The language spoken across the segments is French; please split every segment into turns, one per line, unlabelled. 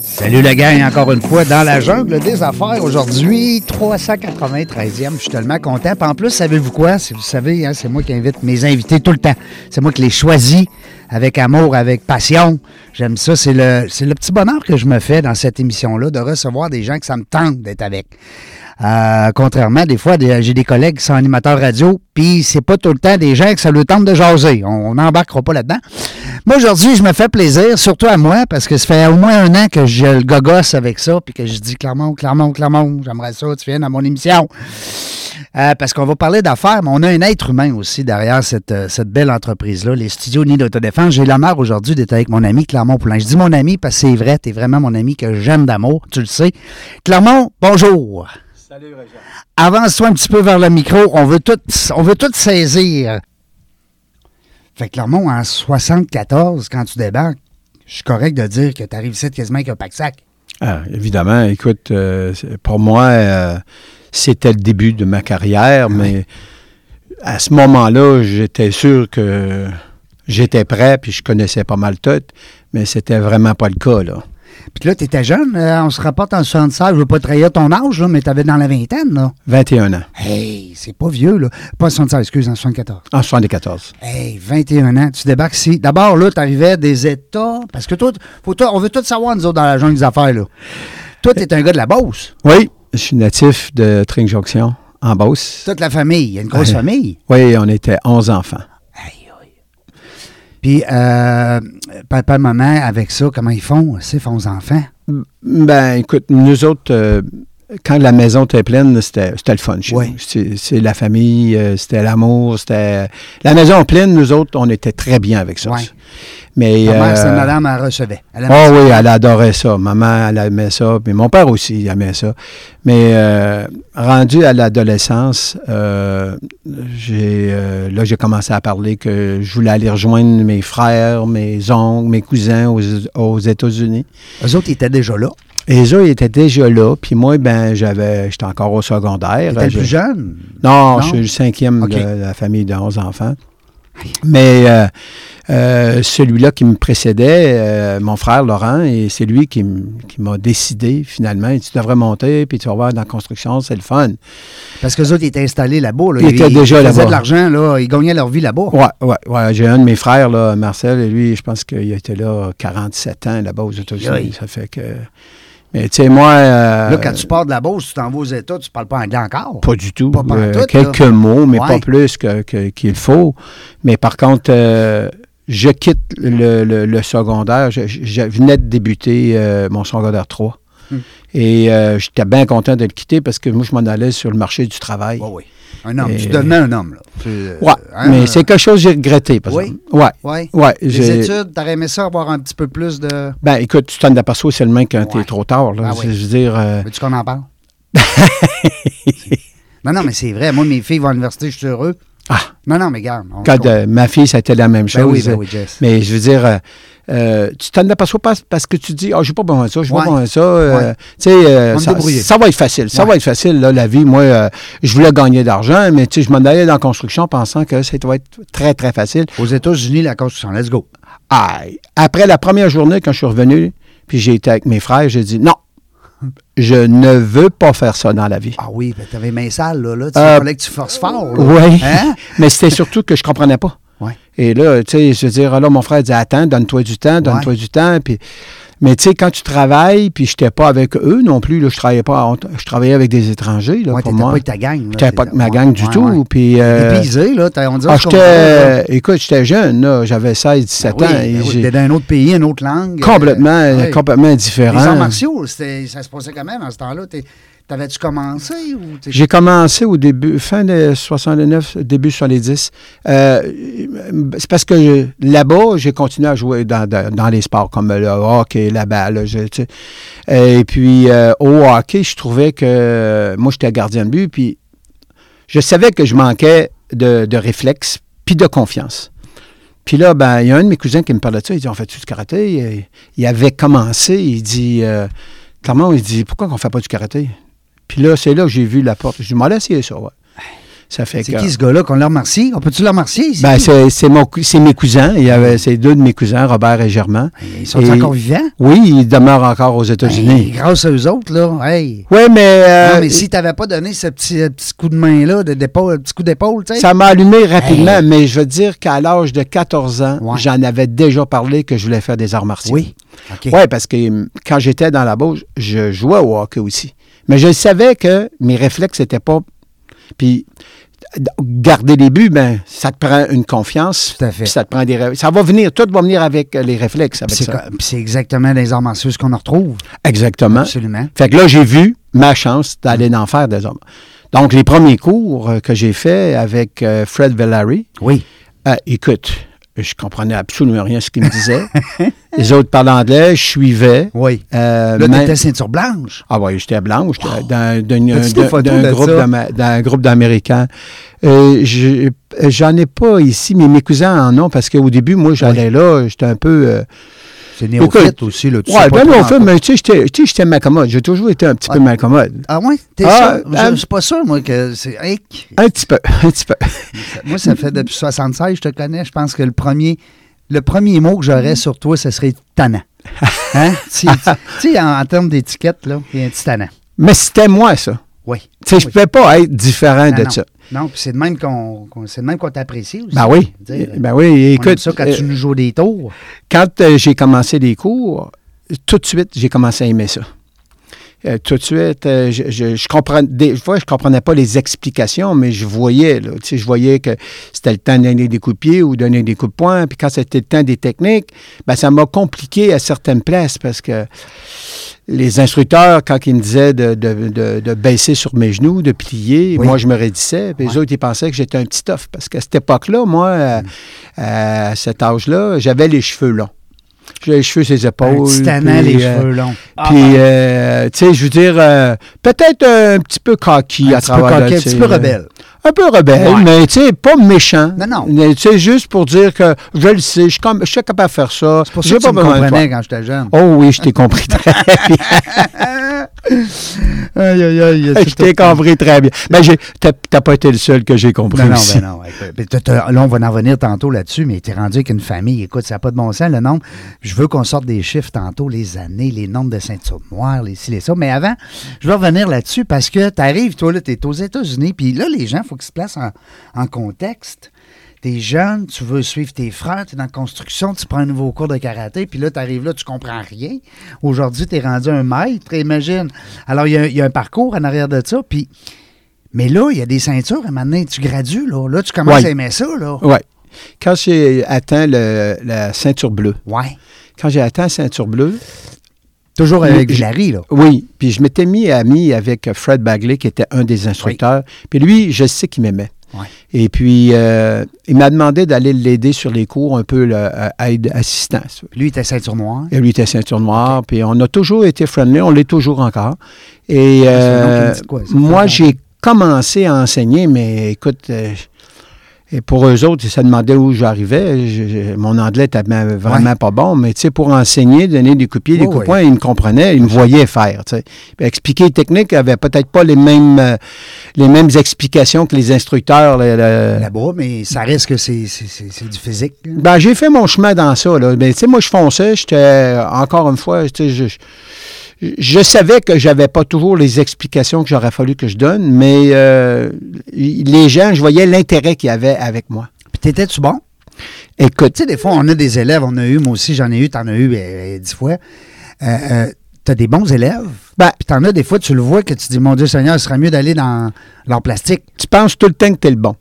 Salut la gang, encore une fois, dans la jungle des affaires. Aujourd'hui, 393e, je suis tellement content. Puis en plus, savez-vous quoi? Si vous savez, hein, c'est moi qui invite mes invités tout le temps. C'est moi qui les choisis avec amour, avec passion. J'aime ça. C'est le, c'est le petit bonheur que je me fais dans cette émission-là, de recevoir des gens que ça me tente d'être avec. Euh, contrairement, des fois, des- j'ai des collègues qui sont animateurs radio, puis c'est pas tout le temps des gens que ça le tente de jaser. On n'embarquera pas là-dedans. Moi, aujourd'hui, je me fais plaisir, surtout à moi, parce que ça fait au moins un an que je le gogosse avec ça, puis que je dis Clermont, Clermont, Clermont, j'aimerais ça, tu viennes à mon émission. Euh, parce qu'on va parler d'affaires, mais on a un être humain aussi derrière cette, euh, cette belle entreprise-là, les studios Nid d'Autodéfense. J'ai l'honneur aujourd'hui d'être avec mon ami Clermont Poulin. Je dis mon ami parce que c'est vrai, t'es vraiment mon ami que j'aime d'amour, tu le sais. Clermont, bonjour.
Salut Régent.
Avance-toi un petit peu vers le micro, on veut tout, on veut tout saisir. Fait que Clermont, en 74, quand tu débarques, je suis correct de dire que tu arrives ici quasiment avec un pack-sac.
Ah, évidemment, écoute, euh, c'est- pour moi, euh, c'était le début de ma carrière, mais à ce moment-là, j'étais sûr que j'étais prêt, puis je connaissais pas mal tout, mais c'était vraiment pas le cas, là.
Puis là, tu étais jeune, euh, on se rapporte en 76, je veux pas trahir ton âge, là, mais tu avais dans la vingtaine, là.
21 ans,
Hey, c'est pas vieux, là. Pas 76, excuse, en 74.
en 74.
Hey, 21 ans, tu débarques ici. D'abord, là, tu arrivais des États. Parce que toi, t- faut toi, on veut tout savoir, nous autres, dans la jungle des affaires, là. Toi, t'es un gars de la Beauce.
Oui, je suis natif de Trinjonction, en Beauce.
Toute la famille, il y a une grosse
Ouais.
famille.
Oui, on était 11 enfants.
Puis, euh, papa, maman, avec ça, comment ils font, ces font aux enfants?
Ben, écoute, nous autres, euh, quand la maison était pleine, c'était c'était le fun chez
Ouais.
nous. C'est c'est la famille, euh, c'était l'amour, c'était... La maison pleine, nous autres, on était très bien avec ça.
Ouais.
Mais...
Ta
euh,
mère, c'est madame, elle recevait. Elle aimait ça.
Oh oui, elle adorait ça. Maman, elle aimait ça. Puis mon père aussi, il aimait ça. Mais euh, rendu à l'adolescence, euh, j'ai, euh, là, j'ai commencé à parler que je voulais aller rejoindre mes frères, mes oncles, mes cousins aux, aux États-Unis.
Eux autres, ils étaient déjà là.
Et eux, ils étaient déjà là. Puis moi, ben, j'avais, j'étais encore au
T'étais
secondaire.
le
Ben, Je-
plus jeune.
non,
Non?
je suis le cinquième
OK.
de la famille de 11 enfants. Mais euh, euh, celui-là qui me précédait, euh, mon frère Laurent, et c'est lui qui, m- qui m'a décidé finalement, tu devrais monter, puis tu vas voir dans la construction, c'est le fun.
Parce que autres, ils étaient installés là-bas. Là.
Ils étaient déjà
Ils faisaient
là-bas.
de l'argent, là. Ils gagnaient leur vie là-bas.
Ouais, ouais, ouais. J'ai un de mes frères, là, Marcel, et lui, je pense qu'il était là 47 ans là-bas aux
Aïe.
États-Unis. Ça fait que. Mais tu sais, moi. euh,
Là, quand tu pars de la Beauce, tu t'en vas aux États, tu parles pas anglais encore.
Pas du tout.
Pas pendant
Euh,
tout, là.
quelques mots, mais
Ouais.
pas plus que- que- qu'il faut. Mais par contre, euh, je quitte le, le- le secondaire. Je, je- je venais de débuter euh, mon secondaire 3.
Hum.
Et euh, j'étais bien content de le quitter parce que moi, je m'en allais sur le marché du travail.
Ouais, ouais. Bah Un homme.
Et-
Tu devenais un homme, là. Tu, euh,
Ouais,
hein,
mais
euh,
c'est quelque chose que j'ai regretté, par
Oui.
exemple. Ouais,
Ouais.
ouais.
Les
j'ai-
études, t'aurais aimé ça avoir un petit peu plus de.
Ben, écoute, tu t'en aperçois seulement quand
Ouais.
t'es trop tard. là.
Ah oui.
Je veux dire, euh,
Veux-tu qu'on en parle? non, non, mais c'est vrai. Moi, mes filles vont à l'université, je suis heureux.
Ah.
Non, non, mais garde. on-
quand euh, ma fille, c'était la même chose.
Ben oui, ben oui, Jess.
Mais je veux dire, euh, euh, tu t'en aperçois pas parce que tu dis, ah, j'ai pas besoin de ça, j'ai
Ouais.
pas besoin de ça. euh,
Ouais.
Tu sais,
On
euh,
va me
ça,
débrouiller.
ça va être facile. Ça
Ouais.
va être facile, là, la vie. Moi, euh, je voulais gagner de l'argent, mais tu sais, je m'en allais dans la construction pensant que ça va être très, très facile.
Aux États-Unis, la construction. Let's go.
Aïe. Après la première journée, quand je suis revenu, puis j'ai été avec mes frères, j'ai dit, non, je ne veux pas faire ça dans la vie.
Ah oui, ben, t'avais main sale, là. là. Tu
Euh,
fallait que tu forces fort, là.
Oui.
Hein?
Mais c'était surtout que je comprenais pas.
Ouais.
Et là, tu sais, je veux dire, là, mon frère disait, attends, donne-toi du temps, donne-toi du temps. Puis, mais tu sais, quand tu travailles, puis je n'étais pas avec eux non plus, là, je travaillais pas, en- je travaillais avec des étrangers, là,
Ouais,
pour
t'étais pas
moi.
avec ta gang. là.
J'étais pas avec ma
Ouais,
gang du
ouais,
tout.
ouais.
Puis, euh,
Épuisé, là. t'as- On dirait
ah,
ce qu'on dirait, là.
j'étais, écoute, j'étais jeune, là, j'avais 16, 17
Oui,
ans.
ben
et
oui,
j'ai-
t'es dans un autre pays, une autre langue.
complètement,
euh, ouais.
complètement
Les
différent.
arts martiaux, c'était- ça se passait quand même en ce temps-là. T'es- T'avais-tu commencé ou t'es-
J'ai commencé au début, fin de 69, début 70. Euh, c'est parce que je- là-bas, j'ai continué à jouer dans, dans- dans les sports comme le hockey, la balle. je- tu sais. Euh, Et puis, euh, au hockey, je trouvais que. euh, Moi, j'étais gardien de but, puis je savais que je manquais de, de réflexe puis de confiance. Puis là, ben, il y a un de mes cousins qui me parlait de ça. Il dit On fait-tu du karaté il, il avait commencé. Il dit euh, Clermont, il dit Pourquoi on fait pas du karaté puis là, c'est là que j'ai vu la porte. Je m'en essayé ça, ouais. Ça fait
C'est
que.
qui ce gars-là qu'on le remercie? On peut-tu le remercier? ici?
Ben, c'est, c'est mon cou- c'est mes cousins. Il y avait, c'est deux de mes cousins, Robert et Germain.
Ils sont
Et-
encore vivants?
Oui, ils demeurent encore aux
Hey,
États-Unis.
grâce à eux autres, là. Hey.
Oui, mais, euh,
non, mais si t'avais pas donné ce petit, euh, petit coup de main-là, de, d'épaule- petit coup d'épaule, tu sais.
ça m'a allumé rapidement. Mais je veux dire qu'à l'âge de 14 ans,
Ouais.
j'en avais déjà parlé que je voulais faire des arts martiaux.
Oui. OK.
Oui, parce que hum, quand j'étais dans la Beauce, je jouais au hockey aussi. Mais je savais que mes réflexes n'étaient pas. Puis, d- garder les buts, ben, ça te prend une confiance.
Tout à fait.
puis ça te prend des. ré- Ça va venir, tout va venir avec euh, les réflexes.
Puis
Avec
c'est,
ça.
co- puis c'est exactement les arts martiaux ce qu'on en retrouve. Hein?
Exactement.
Absolument.
Fait que là, j'ai vu ma chance d'aller en faire des hommes. Donc, les premiers cours euh, que j'ai faits avec euh, Fred Villari,
Oui.
Ah, écoute, je comprenais absolument rien à ce qu'il me disait. les autres parlaient anglais, je suivais.
Oui.
Euh,
Là,
même-
t'étais ceinture blanche.
Ah oui, j'étais blanc, j'étais dans, d'un-
As-tu des
d'un-
photos
d'un
de
groupe
ça?
d'Ama- d'un groupe d'Américains. Euh, je- J'en ai pas ici, mais mes cousins en ont parce qu'au début, moi, j'allais là, j'étais un peu. euh,
C'est néophyte
Écoute,
aussi, là. Tu
ouais,
sais pas
ben
trop
non,
en
fait,
quoi.
mais tu sais, j'étais- tu sais, j'étais malcommode. J'ai toujours été un petit peu malcommode.
Ah ouais? T'es
Ah,
sûr? Je-
euh,
je suis pas sûr, moi, que c'est... Hey,
Un petit peu, un petit peu.
Moi, ça fait depuis 76, je te connais. Je pense que le premier, le premier mot que j'aurais sur toi, ce serait tannant. Hein? tu tu- tu sais, en, en termes d'étiquette, là, il y a un petit tannant.
Mais c'était moi, ça.
Oui.
Tu sais, je pouvais pas être différent
Non,
Ah, de
Ben non.
ça.
Non, puis c'est de même qu'on qu'on- c'est de même qu'on t'apprécie aussi.
Ben oui.
Je veux dire,
Ben oui,
on aime
écoute.
ça quand tu
euh,
nous joues des tours.
quand euh, j'ai commencé les cours, tout de suite, j'ai commencé à aimer ça. Euh, tout de suite, euh, je, je, je comprenais, des fois, je comprenais pas les explications, mais je voyais, là, tu sais, je voyais que c'était le temps de donner des coups de pied ou donner des coups de poing, puis quand c'était le temps des techniques, ben, ça m'a compliqué à certaines places parce que les instructeurs, quand ils me disaient de, de- de- de baisser sur mes genoux, de plier,
Oui.
moi, je me raidissais. Puis les autres, ils pensaient que j'étais un petit tough. Parce qu'à cette époque-là, moi,
Mm.
euh, à cet âge-là, j'avais les cheveux longs. J'avais les cheveux sur les épaules.
Un petit tannant,
puis,
les
euh,
cheveux longs. Ah,
Puis, euh, tu sais, je veux dire, euh, peut-être un petit peu coquille
un
à
petit peu
travers de-
coquet, un
tu sais,
petit peu
euh,
rebelle.
Un peu rebelle,
Ouais.
mais tu sais, pas méchant.
Non, non.
Mais, Tu sais, juste pour dire que je le sais, je suis comme- je suis capable de faire ça.
C'est pour
J'ai
ça que tu
pas
me
besoin de toi.
comprenais quand j'étais jeune.
Oh oui, je t'ai compris très bien.
Aïe, aïe, aïe. c'est
Je t'ai
tout.
compris très bien. Ben, j'ai- t'as- t'as pas été le seul que j'ai compris
Non, non,
aussi.
ben non. ouais. Ben, t'as- t'as- là, on va en revenir tantôt là-dessus, mais t'es rendu avec une famille. Écoute, ça n'a pas de bon sens, le nombre. Je veux qu'on sorte des chiffres tantôt, les années, les nombres de ceintures noires, les ci, les ça. Mais avant, je veux revenir là-dessus parce que t'arrives, toi, là, t'es aux États-Unis, puis là, les gens, il faut qu'ils se placent en, en contexte. T'es jeune, tu veux suivre tes frères, t'es dans la construction, tu prends un nouveau cours de karaté, puis là, t'arrives là, tu comprends rien. Aujourd'hui, t'es rendu un maître, imagine. Alors, il y a- il y a un parcours en arrière de ça, puis... Mais là, il y a des ceintures à un moment donné, Tu gradues, là. Là, tu commences
Ouais.
à aimer ça, là.
Oui. Quand j'ai atteint le- la ceinture bleue,
Ouais.
quand j'ai atteint la ceinture bleue,
Toujours avec
Mais-
Larry, là.
oui, puis je m'étais mis ami avec Fred Bagley, qui était un des instructeurs. Puis lui, je sais qu'il m'aimait.
Ouais.
Et puis, euh, il m'a demandé d'aller l'aider sur les cours, un peu le, euh, aide assistance.
Puis Lui, il était ceinture noire.
Et lui était ceinture noire, puis on a toujours été friendly, on l'est toujours encore. Et
un nom qui me
euh,
dit quoi, ça?
moi, j'ai commencé à enseigner, mais écoute, euh, et pour eux autres, ça demandait où j'arrivais. Je- je- mon anglais était ma- vraiment
Ouais.
pas bon, mais tu sais, pour enseigner, donner des coups de pied,
Oh,
des coups de
ouais.
poing, ils me comprenaient, ils me voyaient faire. tu sais. Puis Expliquer les techniques avait peut-être pas les mêmes, euh, les mêmes explications que les instructeurs. le- le-
Là-bas, mais ça reste que c'est, c'est, c'est- c'est du physique. là.
ben, j'ai fait mon chemin dans ça. Là. Ben, tu sais, moi, je fonçais. J'étais, encore une fois, tu sais, je, je- je savais que j'avais pas toujours les explications que j'aurais fallu que je donne, mais euh, y- les gens, je voyais l'intérêt qu'il y avait avec moi.
Puis t'étais-tu bon?
Écoute,
Tu sais, des fois, on a des élèves. On a eu, moi aussi, j'en ai eu, t'en as eu euh, euh, dix fois. Euh, euh, t'as des bons élèves.
ben,
Puis t'en as des fois, tu le vois, que tu dis, mon Dieu Seigneur, ce serait mieux d'aller dans l'art plastique.
tu penses tout le temps que tu es le bon.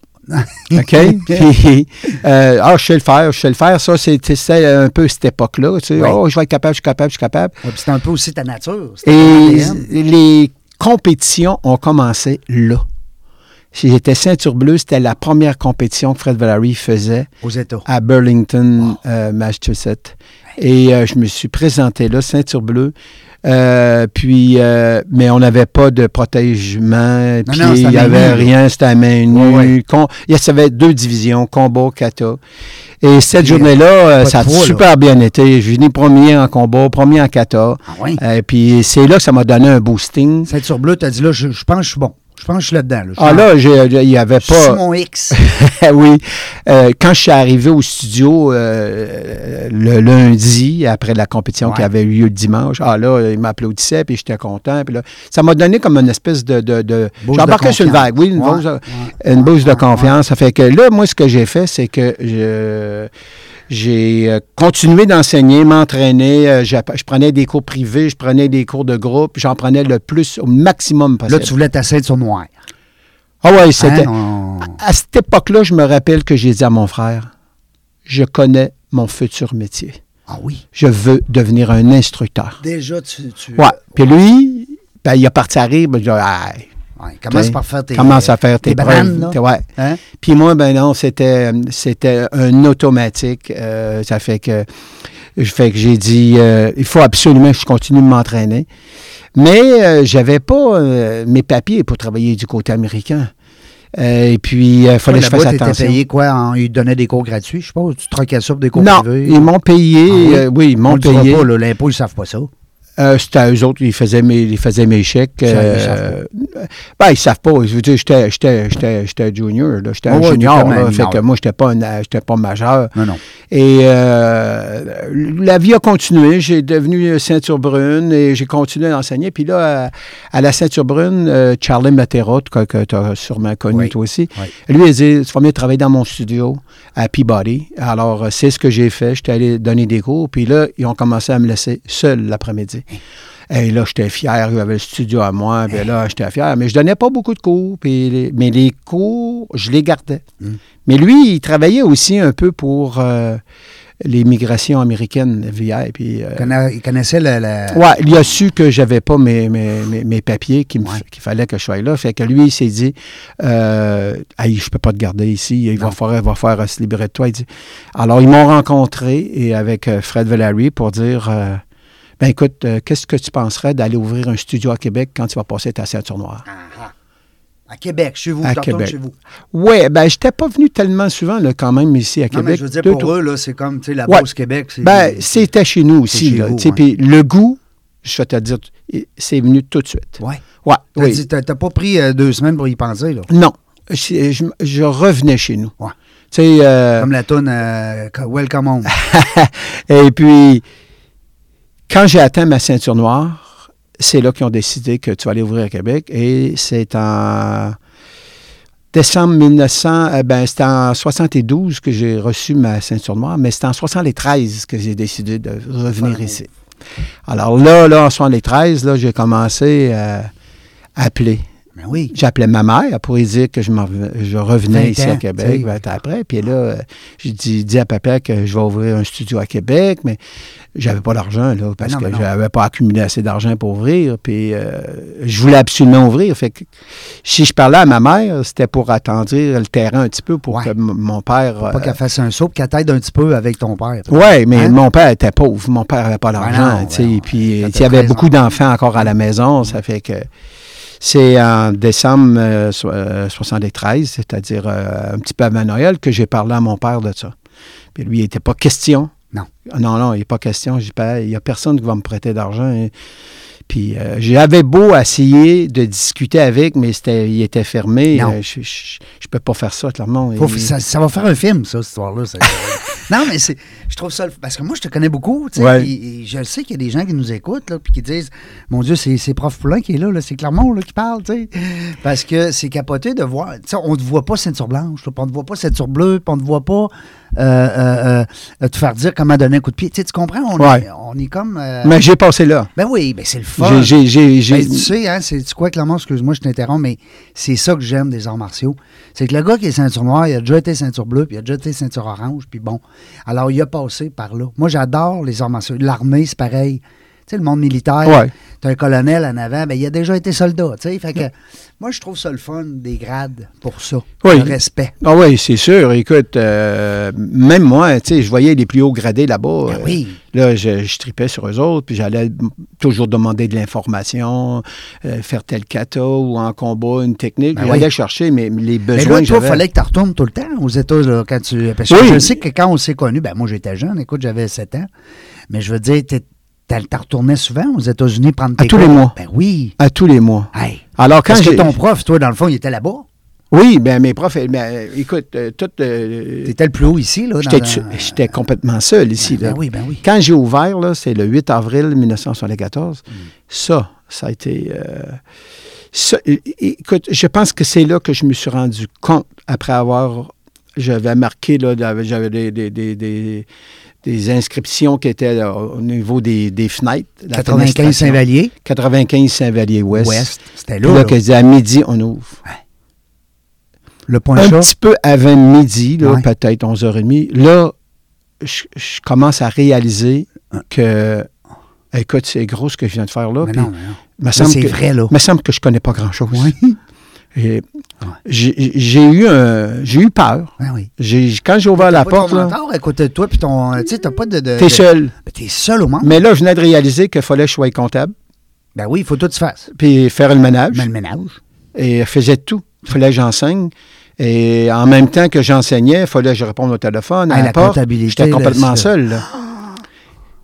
OK? Puis, euh, ah, je sais le faire, je sais le faire. Ça, c'était c'est un peu cette époque-là. Tu sais,
Oui.
oh, je vais être capable, je suis capable, je suis capable.
Ouais, puis c'est un peu aussi ta nature. c'est
Et
ton ADN.
les compétitions ont commencé là. Si j'étais ceinture bleue, c'était la première compétition que Fred Valery faisait
Aux États.
à Burlington, euh, Massachusetts. Et euh, je me suis présenté là, ceinture bleue. Euh, puis, euh, mais on n'avait pas de protègement, puis
non, c'était
il n'y
à main
avait
nue, là.
rien, c'était à main
Ouais,
nue.
ouais.
Con- il y avait deux divisions, combat, kata. Et cette
Puis,
journée-là, euh,
pas de
ça a
poids, là.
super bien été. Je finis premier en combat, premier en kata.
Ah oui.
Et Euh, puis c'est là que ça m'a donné un boosting.
Ceinture bleue, t'as dit là, je, je pense que je suis bon. Je pense que je suis là-dedans. là. Je
Ah
suis
là, j'ai- j'ai- il n'y avait
en- je suis
pas...
mon X.
Ah oui. Euh, quand je suis arrivé au studio euh, le lundi, après la compétition
Ouais.
qui avait eu lieu le dimanche, ah là, ils m'applaudissaient, puis j'étais content. Puis là, ça m'a donné comme une espèce de. de, de
Boost
J'embarquais
de
sur le
confiance.
vague, oui, une
Ouais,
boost, de-
ouais,
une
ouais,
boost
ouais,
de confiance. Ça fait que là, moi, ce que j'ai fait, c'est que je- J'ai euh, continué d'enseigner, m'entraîner. euh, j'app- je prenais des cours privés, je prenais des cours de groupe. J'en prenais le plus, au maximum
là,
possible.
tu voulais ta ceinture noire.
Ah ouais,
Hein,
c'était...
non.
À cette époque-là, je me rappelle que j'ai dit à mon frère, je connais mon futur métier.
Ah oui.
Je veux devenir un instructeur.
Déjà, tu. tu-
Ouais. Puis lui, ben, il a parti à rire. ben, il a dit, Hey,
Ouais, Commence
t'sais,
par faire tes.
Commence à faire tes,
bananes,
preuves.
là.
T'es- ouais.
Hein?
Puis moi, ben non, c'était, c'était un automatique. euh, ça fait que, je fais que j'ai dit, euh, il faut absolument que je continue de m'entraîner. Mais euh, j'avais pas euh, mes papiers pour travailler du côté américain. Euh, et puis, il fallait que je
Là-bas,
fasse
t'étais
attention.
payé quoi? En, ils te donnaient des cours gratuits, je suppose. Tu troquais ça pour des cours
non,
privés.
ils m'ont payé.
Ah oui?
euh, oui, ils
On
m'ont
le dira
payé.
pas, là, l'impôt, ils savent pas ça.
Euh, c'était à eux autres, ils faisaient mes, ils faisaient mes chèques.
Ça, ils
euh,
savent
ben, ils savent pas. Je veux dire, j'étais, j'étais, j'étais, j'étais junior, là. J'étais
Ouais,
un
ouais, t'es
junior,
comme un
là. Fait
mineur.
que moi, j'étais pas, un- j'étais pas majeur.
Non, non.
Et euh, la vie a continué. J'ai devenu ceinture brune et j'ai continué d'enseigner. Puis là, à, à la ceinture brune, euh, Charlie Matera, que, tu as sûrement connu
Oui.
toi aussi,
Oui.
lui, il dit Tu vas venir travailler dans mon studio à Peabody. Alors, euh, c'est ce que j'ai fait. J'étais allé donner des cours. Puis là, ils ont commencé à me laisser seul l'après-midi. Et là, j'étais fier. Il y avait le studio à moi. Puis là, j'étais fier. Mais je donnais pas beaucoup de cours. Puis les- mais les cours, je les gardais. Mais lui, il travaillait aussi un peu pour euh, les migrations américaines, VI. Puis, euh,
Conna- Ils connaissaient le. le-
ouais, il a su que j'avais pas mes, mes, mes, mes papiers, qu'il me- qu'il fallait que je sois là. Fait que lui, il s'est dit, euh, Hey, je peux pas te garder ici. Il va falloir, il va falloir se libérer de toi. Il dit, alors, ils m'ont rencontré et avec euh, Fred Valery pour dire, euh, ben écoute, euh, qu'est-ce que tu penserais d'aller ouvrir un studio à Québec quand tu vas passer ta ceinture noire?
Ah, À Québec, chez vous.
À
je retourne
Québec.
Chez vous.
Oui, ben j'étais pas venu tellement souvent là, quand même ici à
Non,
Québec.
mais je veux dire,
Deux,
pour
trois-
eux, là, c'est comme, tu sais, la
Ouais.
Beauce Québec. c'est-
Ben, c'était chez nous aussi.
chez
là,
vous,
tu sais,
ouais.
Puis le goût, je vais te dire, c'est venu tout de suite.
Ouais.
Ouais,
T'as
oui. Euh.
dit- T'as t'as pas pris euh, deux semaines pour y penser, là.
Non, je, je- je revenais chez nous.
Ouais.
Tu sais, euh,
Comme la toune euh, Welcome Home.
Ah. et puis, quand j'ai atteint ma ceinture noire, c'est là qu'ils ont décidé que tu allais ouvrir à Québec. Et c'est en décembre 1900, eh ben, c'était en 72 que j'ai reçu ma ceinture noire, mais c'était en 73 que j'ai décidé de revenir
Faire un
ici. Alors là, là, en 73, là, j'ai commencé euh, à appeler.
Mais Ben oui.
J'appelais ma mère pour lui dire que je, m'en reven- je
20
revenais ici
ans,
à Québec
tu sais.
20 ans après. Puis là, euh, j'ai dit, dit à papa que je vais ouvrir un studio à Québec, mais j'avais pas d'argent, là, parce
non, mais
que
non.
j'avais pas accumulé assez d'argent pour ouvrir. Puis euh, je voulais absolument ouvrir. Fait que si je parlais à ma mère, c'était pour attendrir le terrain un petit peu pour
Ouais.
que m- mon père.
Pas
euh,
qu'elle fasse un saut, puis qu'elle t'aide un petit peu avec ton père.
oui, mais
Hein?
mon père était pauvre. Mon père n'avait pas
non,
d'argent. tu sais,
ben non.
puis
Quand
euh,
t'as
il y avait
13 ans. Mm.
beaucoup d'enfants encore à la maison. Ça fait que c'est en décembre euh, so- euh, 73, c'est-à-dire euh, un petit peu avant Noël, que j'ai parlé à mon père de ça. Puis lui, il n'était pas question.
Non.
Ah Non, non, il n'est pas question. J'ai pas- Il n'y a personne qui va me prêter d'argent. Et- Puis euh, j'avais beau essayer de discuter avec, mais c'était, il était fermé.
Non.
Euh, je ne peux pas faire ça, clairement.
Faut-
Il-
ça, ça va faire un film, ça, cette histoire-là. ça. non, mais c'est, je trouve ça. le- Parce que moi, je te connais beaucoup. tu sais,
Ouais.
puis- et je le sais qu'il y a des gens qui nous écoutent, là, puis qui disent Mon Dieu, c'est, c'est Prof Poulain qui est là, là, c'est Clermont là, qui parle. tu sais. Parce que c'est capoté de voir. tu sais, On ne te voit pas ceinture blanche, là, puis on ne te voit pas ceinture bleue, puis on ne te voit pas euh, euh, euh, te faire dire comment donner un coup de pied. Tu sais, tu comprends On,
Ouais.
est, on est comme. euh,
Mais j'ai passé là.
Ben oui, ben c'est le fun.
J'ai, j'ai- j'ai- j'ai-
Ben, tu sais, hein, c'est tu quoi, Clément, excuse-moi, je t'interromps, mais c'est ça que j'aime des arts martiaux. C'est que le gars qui est ceinture noire, il a déjà été ceinture bleue, puis il a déjà été ceinture orange, puis bon. Alors, il a passé par là. Moi, j'adore les arts martiaux. L'armée, c'est pareil. sais, le monde militaire.
Ouais.
T'as un colonel en avant, ben, il a déjà été soldat. tu sais. Fait que, moi, je trouve ça le fun des grades pour ça.
Oui.
Le respect.
Ah oui, c'est sûr. Écoute, euh, même moi, tu sais, je voyais les plus hauts gradés là-bas.
Ben
euh,
oui.
Là, je, je tripais sur eux autres, puis j'allais m- toujours demander de l'information, euh, faire tel kata ou en combat, une technique.
Ben
J'allais
oui.
chercher mes,
Mais
les besoins
là,
que
toi,
j'avais.
il fallait que tu retournes tout le temps aux États, là, quand tu. Parce que
Oui.
je sais que quand on s'est connus, ben moi j'étais jeune, écoute, j'avais 7 ans. Mais je veux dire, t'es- t'as- t'as retourné souvent aux États-Unis prendre tes
À tous les
cours?
mois.
Ben oui.
À tous les mois.
Hey.
Alors, quand
Parce que
j'ai...
ton prof, toi, dans le fond, il était là-bas.
Oui, ben mes profs, ben, euh, écoute, euh, tout... euh,
T'étais le plus haut ici, là. dans
J'étais
le-
tu- j'étais complètement seul ici.
Ben
là.
oui, ben oui.
Quand j'ai ouvert, là, c'est le 8 avril 1974,
Mm.
ça, ça a été... euh, ça- é- é- écoute, je pense que c'est là que je me suis rendu compte, après avoir... J'avais marqué, là, d'av- j'avais des, des- des- des- des inscriptions qui étaient là, au niveau des, des fenêtres. la
95
fenestration.
Saint-Valier,
95 Saint-Valier-Ouest.
Ouest. C'était
Puis
là.
là,
là.
que je disais, à midi, on ouvre.
Le point
Un
chat.
petit peu avant midi, là,
Ouais.
peut-être 11h30, là, je, je commence à réaliser que, écoute, c'est gros ce que je viens de faire là.
Ah. Mais
puis
non, mais non.
me semble
c'est
que- hein.
vrai, là. Ah
me semble que je connais pas grand-chose. Et
Ouais.
J'ai j'ai eu, un- j'ai eu peur.
Ben oui.
J'ai- Quand j'ai ouvert la
Pas de
porte,
ton
là,
mentor à côté de toi, puis ton. Tu sais, t'as pas de. de-
t'es
de-
seul.
Ben, t'es seul au monde.
Mais là, je venais de réaliser qu'il fallait que je sois comptable,
Ben oui, il faut tout se faire.
puis faire le ménage.
Ah, Mais le ménage.
et faisais tout. Il fallait que j'enseigne. Et en même temps que j'enseignais, il fallait que je réponde au téléphone. À
Ah,
la,
la
porte.
comptabilité,
J'étais
là,
complètement
c'est-
seul. là.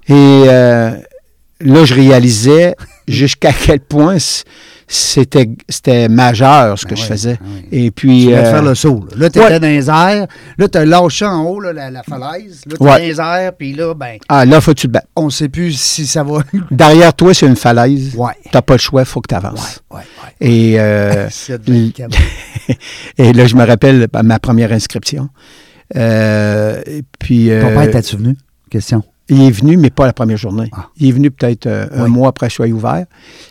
Et euh, là, je réalisais jusqu'à quel point c- c'était, c'était majeur ce que
Ben
je
oui,
faisais.
ben oui.
Et puis.
Tu vas
euh,
faire le saut. Là, Là, t'étais
ouais.
dans les airs. Là, t'as lâché en haut là, la, la falaise. Là, t'es
Ouais.
dans les airs. Puis là, ben,
ah, là, faut que tu te battes.
on sait plus si ça va. ouais.
Derrière toi, c'est une falaise.
Ouais.
T'as pas le choix, faut que tu avances.
Ouais.
Et, euh,
C'est de la cabane.
et là, je me rappelle bah, ma première inscription. Euh, et puis,
Ton
euh,
père, t'as-tu venu? Question.
Il est venu, mais pas la première journée.
Ah.
Il est venu peut-être euh, un
Oui.
mois après que je sois ouvert.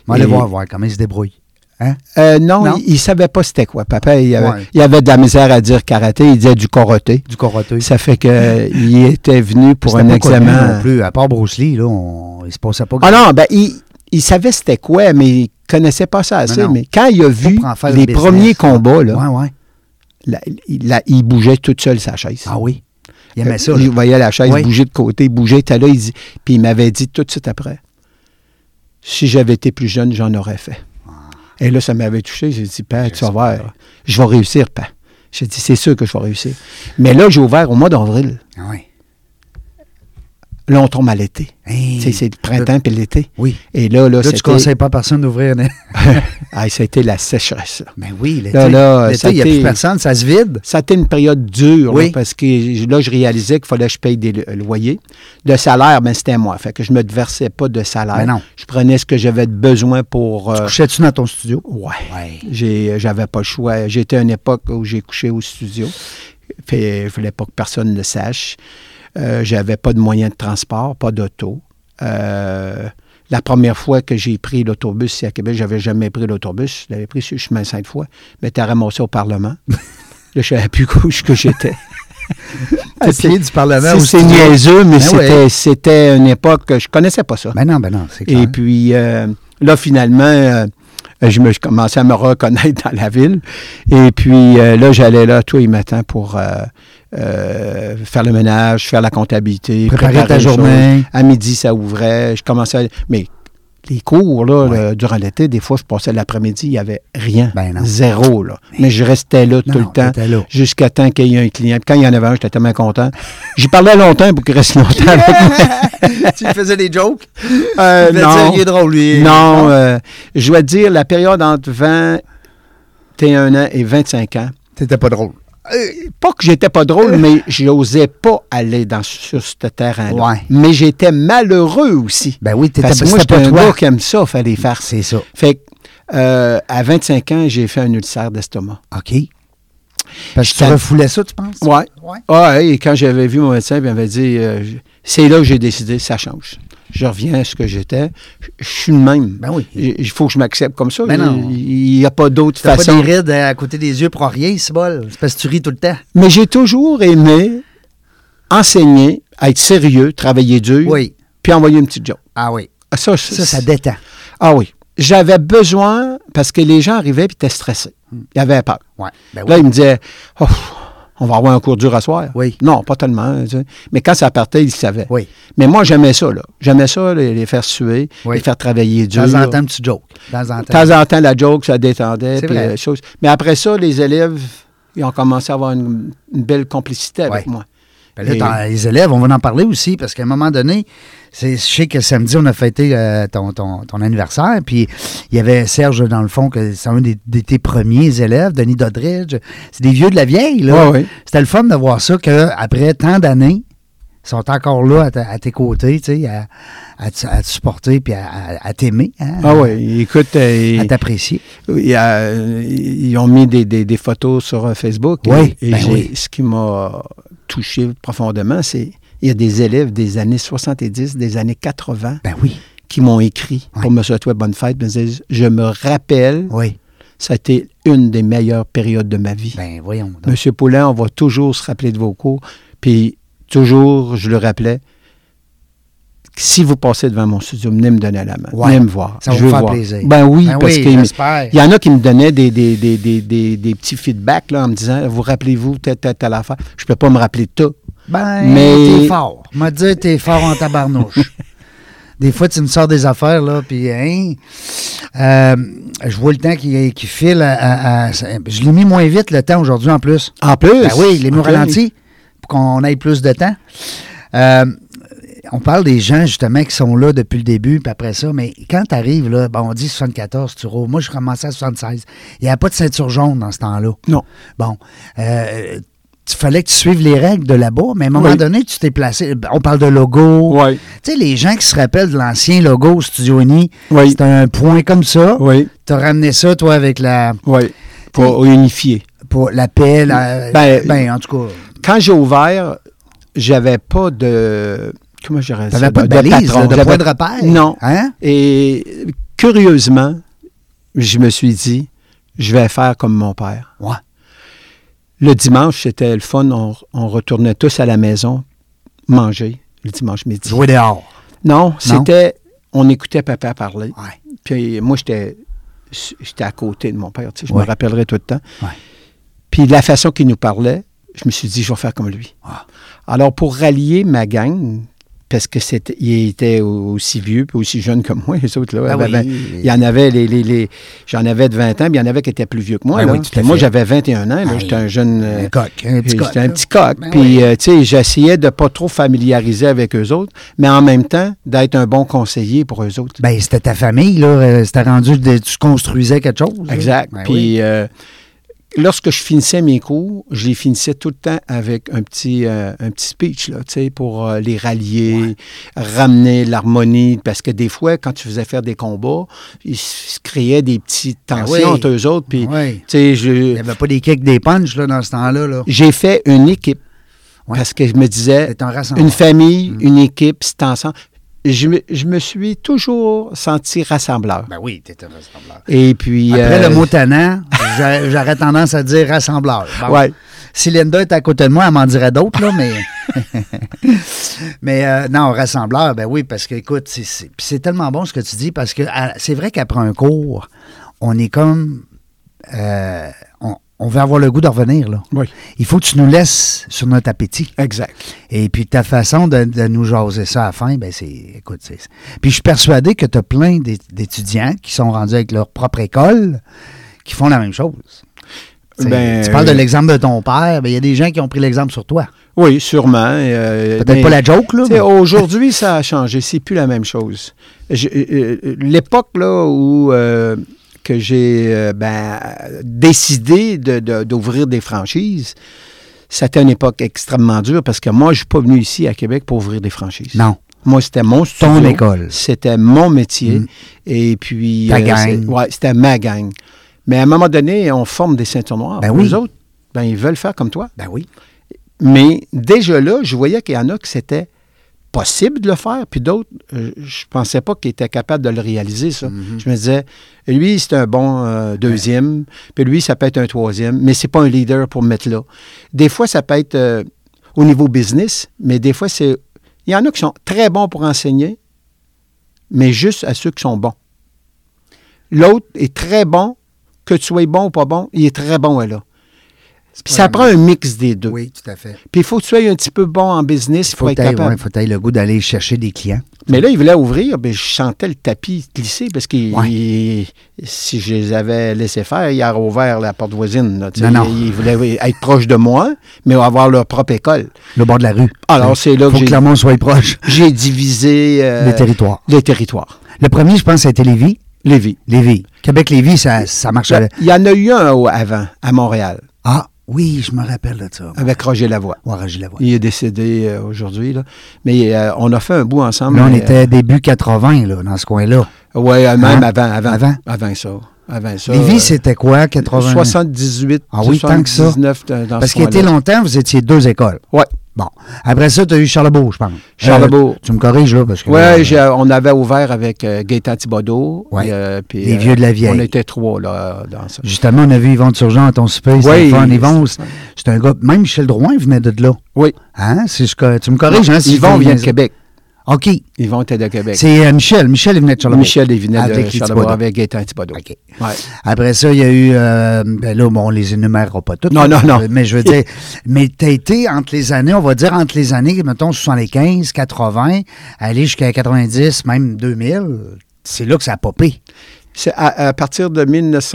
On va aller
Et-
voir, voir comment il se débrouille. Hein?
Euh, non,
Non?
il ne savait pas c'était quoi. Papa, il avait,
Ouais.
il avait de la misère à dire karaté. Il disait du koroté.
Du coroté.
Ça fait qu'il était venu pour un
non
examen.
plus. À part Bruce Lee, là, on- il se passait pas.
Ah non, ben, il, il savait c'était quoi, mais il connaissait pas ça assez.
non.
Mais quand il a vu
pour en faire
les
un business. Ah.
premiers combats, là,
Ouais, ouais.
la- il, la- il bougeait toute seule sa chaise.
Ah oui. Il aimait ça.
Je
là.
voyais la chaise
Oui.
bouger de côté, bouger, t'as là, il dit- puis il m'avait dit tout de suite après, si j'avais été plus jeune, j'en aurais fait. Et là, ça m'avait touché, j'ai dit, Père, tu vas voir, je vais réussir, Père. J'ai dit, c'est sûr que je vais réussir. Mais là, j'ai ouvert au mois d'avril.
Ah oui.
Là, on tombe à l'été.
Hey.
Tu sais, C'est le printemps puis l'été.
Oui.
Et là, là,
Là, tu
c'était-
conseilles pas à personne d'ouvrir. une-
Ah, ça a été la sécheresse. là.
Ben oui,
Là,
l'été.
là,
L'été,
ça
il n'y a plus
t'est-
personne, ça se vide.
Ça a été une période dure, là,
Oui.
parce que j- là, je réalisais qu'il fallait que je paye des lo- loyers. De salaire, mais c'était moi. Fait que je ne me versais pas de salaire.
Ben non.
Je prenais ce que j'avais de besoin pour. euh,
Couchais-tu dans ton studio?
ouais.
Ouais.
J'ai- J'avais pas le choix. J'étais à une époque où j'ai couché au studio. Fait, il fallait pas que personne le sache. Euh, J'avais pas de moyens de transport, pas d'auto. Euh, la première fois que j'ai pris l'autobus ici à Québec, j'avais jamais pris l'autobus. Je l'avais pris sur le chemin cinq fois. Mais t'as ramassé au Parlement. là, je savais plus où je- que j'étais.
À pied du Parlement.
Ah,
au
C'est- C'est
studio.
niaiseux, mais
Ben
c'était c'était une époque que je connaissais pas ça.
Ben non, ben non, c'est clair.
Et puis, euh, là, finalement, euh, je me je commençais à me reconnaître dans la ville. Et puis, euh, là, j'allais là tous les matins pour euh, euh, faire le ménage, faire la comptabilité.
Préparer ta
les
journée.
choses. À midi, ça ouvrait. Je commençais à- Mais les cours, là, le- durant l'été, des fois, je passais l'après-midi, il n'y avait rien.
Ben non.
Zéro, là. Mais je restais là
Non, non,
tout le temps.
t'étais là.
Jusqu'à temps qu'il y ait un client. Puis quand il y en avait un, j'étais tellement content. J'y parlais longtemps pour qu'il reste longtemps avec moi.
tu lui faisais des jokes.
Euh,
Il va
non.
dire, il est drôle, lui.
Non, euh, je dois te dire, la période entre 21 ans et 25 ans,
T'étais pas drôle.
pas que j'étais pas drôle, mais j'osais pas aller dans, sur ce terrain-là.
Ouais.
Mais j'étais malheureux aussi.
Ben oui, t'étais
Parce que moi,
c'était pas
j'étais un
toi.
gars qui aime ça, faire des farces.
C'est ça.
Fait que, euh, à 25 ans, j'ai fait un ulcère d'estomac.
OK. Parce que tu
Ça-
refoulais ça, tu penses?
Ouais.
Ouais.
Ah, et quand j'avais vu mon médecin, il m'avait dit euh, je- c'est là que j'ai décidé, ça change. Je reviens à ce que j'étais. Je- Je suis le même.
Ben oui.
Il il faut que je m'accepte comme ça.
Ben non.
Il n'y a pas d'autre
T'as pas
façon.
des rides euh, à côté des yeux pour rien, c'est bol. C'est parce que tu ris tout le temps.
Mais j'ai toujours aimé enseigner, être sérieux, travailler dur,
Oui.
puis envoyer une petite joke.
Ah oui.
Ah, Ça,
Ça, ça
c'est-
détend.
ah oui. J'avais besoin, parce que les gens arrivaient et étaient stressés. Ils avaient peur.
Ouais. Ben
Là,
oui.
ils me disaient, Ouf, on va avoir un cours dur à soir.
Oui.
Non, pas tellement. tu sais. Mais quand ça partait, ils le savaient.
Oui.
Mais moi, j'aimais ça. là. J'aimais ça, les, les faire suer,
Oui.
les faire travailler
De
dur.
temps en temps, un petit joke. De temps en
De
temps.
temps en temps, la joke, ça détendait.
C'est
puis,
vrai.
euh, chose. Mais après ça, les élèves, ils ont commencé à avoir une, une belle complicité avec
Ouais.
moi.
Ben là,
Et-
t'en- les élèves, on va en parler aussi, parce qu'à un moment donné, c'est, je sais que samedi, on a fêté euh, ton, ton- ton anniversaire, puis il y avait Serge, dans le fond, que c'est un des, des- tes premiers élèves, Denis Doddridge. C'est des vieux de la vieille, là.
Ouais, ouais.
C'était le fun de voir ça, qu'après tant d'années, ils sont encore là à, ta- à tes côtés, tu sais, à, à te- à te supporter, puis à, à- à t'aimer, hein,
Ah oui, écoute, euh,
à
ils,
t'apprécier.
ils, euh, ils ont mis des, des- des photos sur euh, Facebook.
Oui,
et, et
ben
j'ai-
oui.
ce qui m'a touché profondément, c'est il y a des élèves des années 70, des années 80
Ben oui,
qui m'ont écrit
Ouais.
pour me souhaiter bonne fête. puis ils me disaient, je me rappelle,
oui.
ça a été une des meilleures périodes de ma vie.
Ben voyons. donc.
Monsieur Poulain, on va toujours se rappeler de vos cours. Puis toujours, je le rappelais, si vous passez devant mon studio, venez me donner la main.
Ouais.
Venez me voir.
Ça va
je
vous
veux
faire
voir.
plaisir.
Ben oui,
Ben
parce
oui,
qu'il
j'espère.
il y en a qui me donnaient des, des, des, des, des, des petits feedbacks là, en me disant Vous rappelez-vous telle, telle, telle affaire Je peux pas me rappeler de tout.
Ben,
Mais-
t'es fort. M'a dit, t'es fort en tabarnouche. des fois, tu me sors des affaires, là, puis, hein, euh, je vois le temps qui, qui file. à- à- à- je l'ai mis moins vite, le temps, aujourd'hui, en plus.
En plus.
Ben oui, les mots
Ok.
ralentis, pour qu'on aille plus de temps. Euh, on parle des gens, justement, qui sont là depuis le début, puis après ça, mais quand tu arrives, là, ben, on dit 74, tu roules. Moi, je commençais à 76. Il n'y avait pas de ceinture jaune dans ce temps-là.
Non.
Bon, euh, tu fallait que tu suives les règles de là-bas, mais à un moment
Oui.
donné, tu t'es placé. On parle de logo.
Oui.
Tu sais, les gens qui se rappellent de l'ancien logo Studio Uni,
Oui.
c'était un point comme ça.
Oui.
Tu as ramené ça, toi, avec la,
Oui. Pour unifier.
pour la paix. la- ben,
Ben,
en tout cas,
quand j'ai ouvert, j'avais pas de. Comment je dirais ça?
t'avais pas de balise, là, de
J'avais-
point de repère.
Non.
Hein?
Et curieusement, je me suis dit, je vais faire comme mon père.
Ouais.
Le dimanche, c'était le fun. On, on retournait tous à la maison manger le dimanche midi.
Jouer dehors.
Non, c'était. On écoutait papa parler.
Ouais.
Puis moi, j'étais j'étais à côté de mon père. tu sais, je
Ouais.
me rappellerai tout le temps.
Ouais.
Puis la façon qu'il nous parlait, je me suis dit, je vais faire comme lui.
Ah.
Alors, pour rallier ma gang, parce que c'était, il était au- aussi vieux puis aussi jeune que moi, les autres. Là,
Ah
avaient-
oui.
Il y en avait, les, les- les- j'en avais de 20 ans, puis il y en avait qui étaient plus vieux que moi.
Ah
là.
oui, tout à
Puis moi,
fait.
j'avais 21 ans. là,
Ah,
j'étais un jeune.
Un
euh,
coq, un petit coq.
J'étais un
là.
petit coq.
Ben
puis,
oui.
euh, tu sais, j'essayais de pas trop familiariser avec eux autres, mais en même temps, d'être un bon conseiller pour eux autres.
Ben, c'était ta famille, là. euh, C'était rendu, de- tu construisais quelque chose. là.
Exact.
Ben
Puis
oui.
euh, lorsque je finissais mes cours, je les finissais tout le temps avec un petit, euh, un petit speech là, tu sais, pour euh, les rallier, ramener l'harmonie. Parce que des fois, quand tu faisais faire des combats, ils se créaient des petites
Ben
tensions
oui. Ben
entre eux autres. Puis,
Ouais.
tu sais,
Il n'y
je-
avait pas des kicks, des punches, là, dans ce temps-là. Là.
j'ai fait une équipe.
Ouais.
Parce que je me disais,
C'était Mm. un rassemblement.
une famille, une équipe, c'est ensemble. Je me, je me suis toujours senti rassembleur.
Ben oui, t'étais rassembleur.
Et puis.
Après
euh,
le mot tannant, j'a- j'aurais tendance à dire rassembleur. Bon.
Ouais.
Si Linda était à côté de moi, elle m'en dirait d'autres, là, mais. mais euh, non, rassembleur, ben oui, parce que, écoute, c'est- c'est puis c'est tellement bon ce que tu dis, parce que à- c'est vrai qu'après un cours, on est comme. euh, on, on veut avoir le goût de revenir, là.
Oui.
Il faut que tu nous laisses sur notre appétit.
Exact.
Et puis ta façon de, de nous jaser ça à la fin, ben c'est. Écoute, c'est. Puis je suis persuadé que tu as plein d'é- d'étudiants qui sont rendus avec leur propre école qui font la même chose. Tu sais,
Ben,
tu parles de
euh,
l'exemple de ton père, ben il y a des gens qui ont pris l'exemple sur toi.
Oui, sûrement. euh,
Peut-être
mais,
pas la joke, là.
tu sais,
mais-
Aujourd'hui, ça a changé. C'est plus la même chose. Je- euh, euh, L'époque là où euh, que j'ai euh, ben, décidé de- de- d'ouvrir des franchises, c'était une époque extrêmement dure parce que moi, je suis pas venu ici à Québec pour ouvrir des franchises.
Non.
Moi, c'était mon studio.
école.
C'était mon métier.
Mm.
Et puis.
Ta
euh,
gang.
c'est- Ouais, c'était ma gang. Mais à un moment donné, on forme des ceintures noires.
Ben oui.
Les autres, ben, ils veulent faire comme toi.
Ben oui.
Mais déjà là, je voyais qu'il y en a que c'était possible de le faire, puis d'autres, euh, je pensais pas qu'ils étaient capables de le réaliser, ça. Je me disais, lui, c'est un bon euh, deuxième, puis lui, ça peut être un troisième, mais c'est pas un leader pour me mettre là. Des fois, ça peut être euh, au niveau business, mais des fois, c'est... Il y en a qui sont très bons pour enseigner, mais juste à ceux qui sont bons. L'autre est très bon, que tu sois bon ou pas bon, il est très bon, elle, là. Puis ça prend un mix des deux.
Oui, tout à fait.
Puis il faut que tu sois un petit peu bon en business
Il faut
pour être
que tu
capable.
aies le goût d'aller chercher des clients.
Mais là, il voulait ouvrir, ben, je sentais le tapis glisser parce que
Ouais.
il- si je les avais laissés faire, ils auraient ouvert la porte voisine. là, tu sais.
Non, non.
Ils, ils voulaient être proches de moi, mais avoir leur propre école.
Le bord de la rue.
Alors, c'est là
faut
que
que
j'ai-
Clermont soit proche
J'ai divisé euh,
des territoires.
les territoires.
Le premier, je pense, c'était Lévis.
Lévis.
Lévis. Québec-Lévis, ça, ça marche. à-
Il y en a eu un au- avant, à Montréal,
Ah, oui, je me rappelle de ça.
avec Roger Lavoie.
Moi, Roger Lavoie.
Il est décédé euh, aujourd'hui, là. mais euh, on a fait un bout ensemble.
Là, on
mais,
était début 80, là, dans ce coin-là.
euh, ouais, euh, même
Hein?
avant, avant,
Avant?
avant. ça. Avant ça.
Lévis,
euh,
c'était quoi, 80?
78,
Ah oui, tant que ça.
79, dans euh, dans
Parce
ce
qu'il était
coin-là.
longtemps, vous étiez deux écoles.
Ouais.
Bon. Après ça, tu as eu Charlebourg, je pense.
Charlebourg.
Euh, tu me corriges, là, parce que...
Oui,
euh,
on avait ouvert avec euh, Gaétan Thibodeau.
Ouais.
et, euh, puis,
Les
euh,
vieux de la vieille.
On était trois là, dans ça.
Justement, on a vu Yvon de Surgeon à ton souper.
Oui,
Oui. Fun. Yvon,
c'est-
c'est un gars... Même Michel Drouin venait de là.
Oui.
Hein? Si je co- tu me corriges, hein? si
Yvon
je-
vient de Québec.
OK.
Yvon était de Québec.
C'est euh, Michel. Michel, il venait de Charlebourg. Ah,
Michel il venait
Avec
de
les
Charlebourg
Thibodeau.
avec Gaétan Thibodeau.
OK.
Ouais.
Après ça, il y a eu. euh, ben là, bon, on les énumérera pas toutes.
Non, non, non.
Euh, Mais je veux dire. mais tu as été entre les années, on va dire entre les années, mettons, 75, 80, aller jusqu'à 90, même 2000. C'est là que ça a popé.
C'est à, à partir de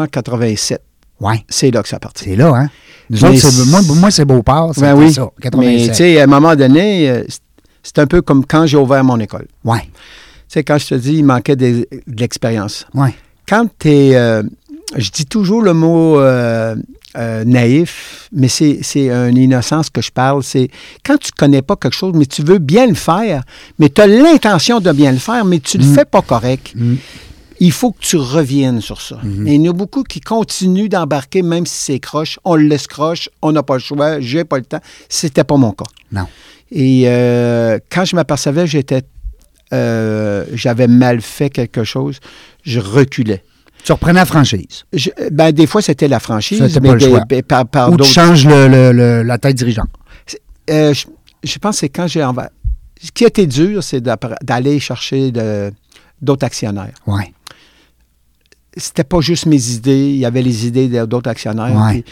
1987.
Ouais.
C'est là que ça a parti.
C'est là, hein. Nous
Mais
autres, c'est-
c'est-
moi, pour moi, c'est Beauport. C'est
Ben oui.
ça.
Mais
87.
tu sais, à un moment donné, euh, c'est- c'est un peu comme quand j'ai ouvert mon école.
ouais.
Tu sais, quand je te dis, il manquait des- de l'expérience.
Ouais.
quand tu es. je dis toujours le mot euh, euh, naïf, mais c'est c'est une innocence que je parle. C'est quand tu connais pas quelque chose, mais tu veux bien le faire, mais tu as l'intention de bien le faire, mais tu le fais pas correct. Il faut que tu reviennes sur ça. Et il y en a beaucoup qui continuent d'embarquer, même si c'est croche. On le laisse croche, on n'a pas le choix, j'ai pas le temps. C'était pas mon cas.
Non.
Et euh, quand je m'apercevais que j'étais, euh, j'avais mal fait quelque chose, je reculais.
Tu reprenais la franchise.
Je- ben, des fois, c'était la franchise,
C'était
mais
pas le
des-
choix.
ben, par, par
Ou tu
d'autres-
changes le- le- le- la tête dirigeante.
Euh, je, je pense que c'est quand j'ai envers. Ce qui était dur, c'est d'appre- d'aller chercher de- d'autres actionnaires.
Ouais.
C'était pas juste mes idées, il y avait les idées de- d'autres actionnaires.
Ouais.
puis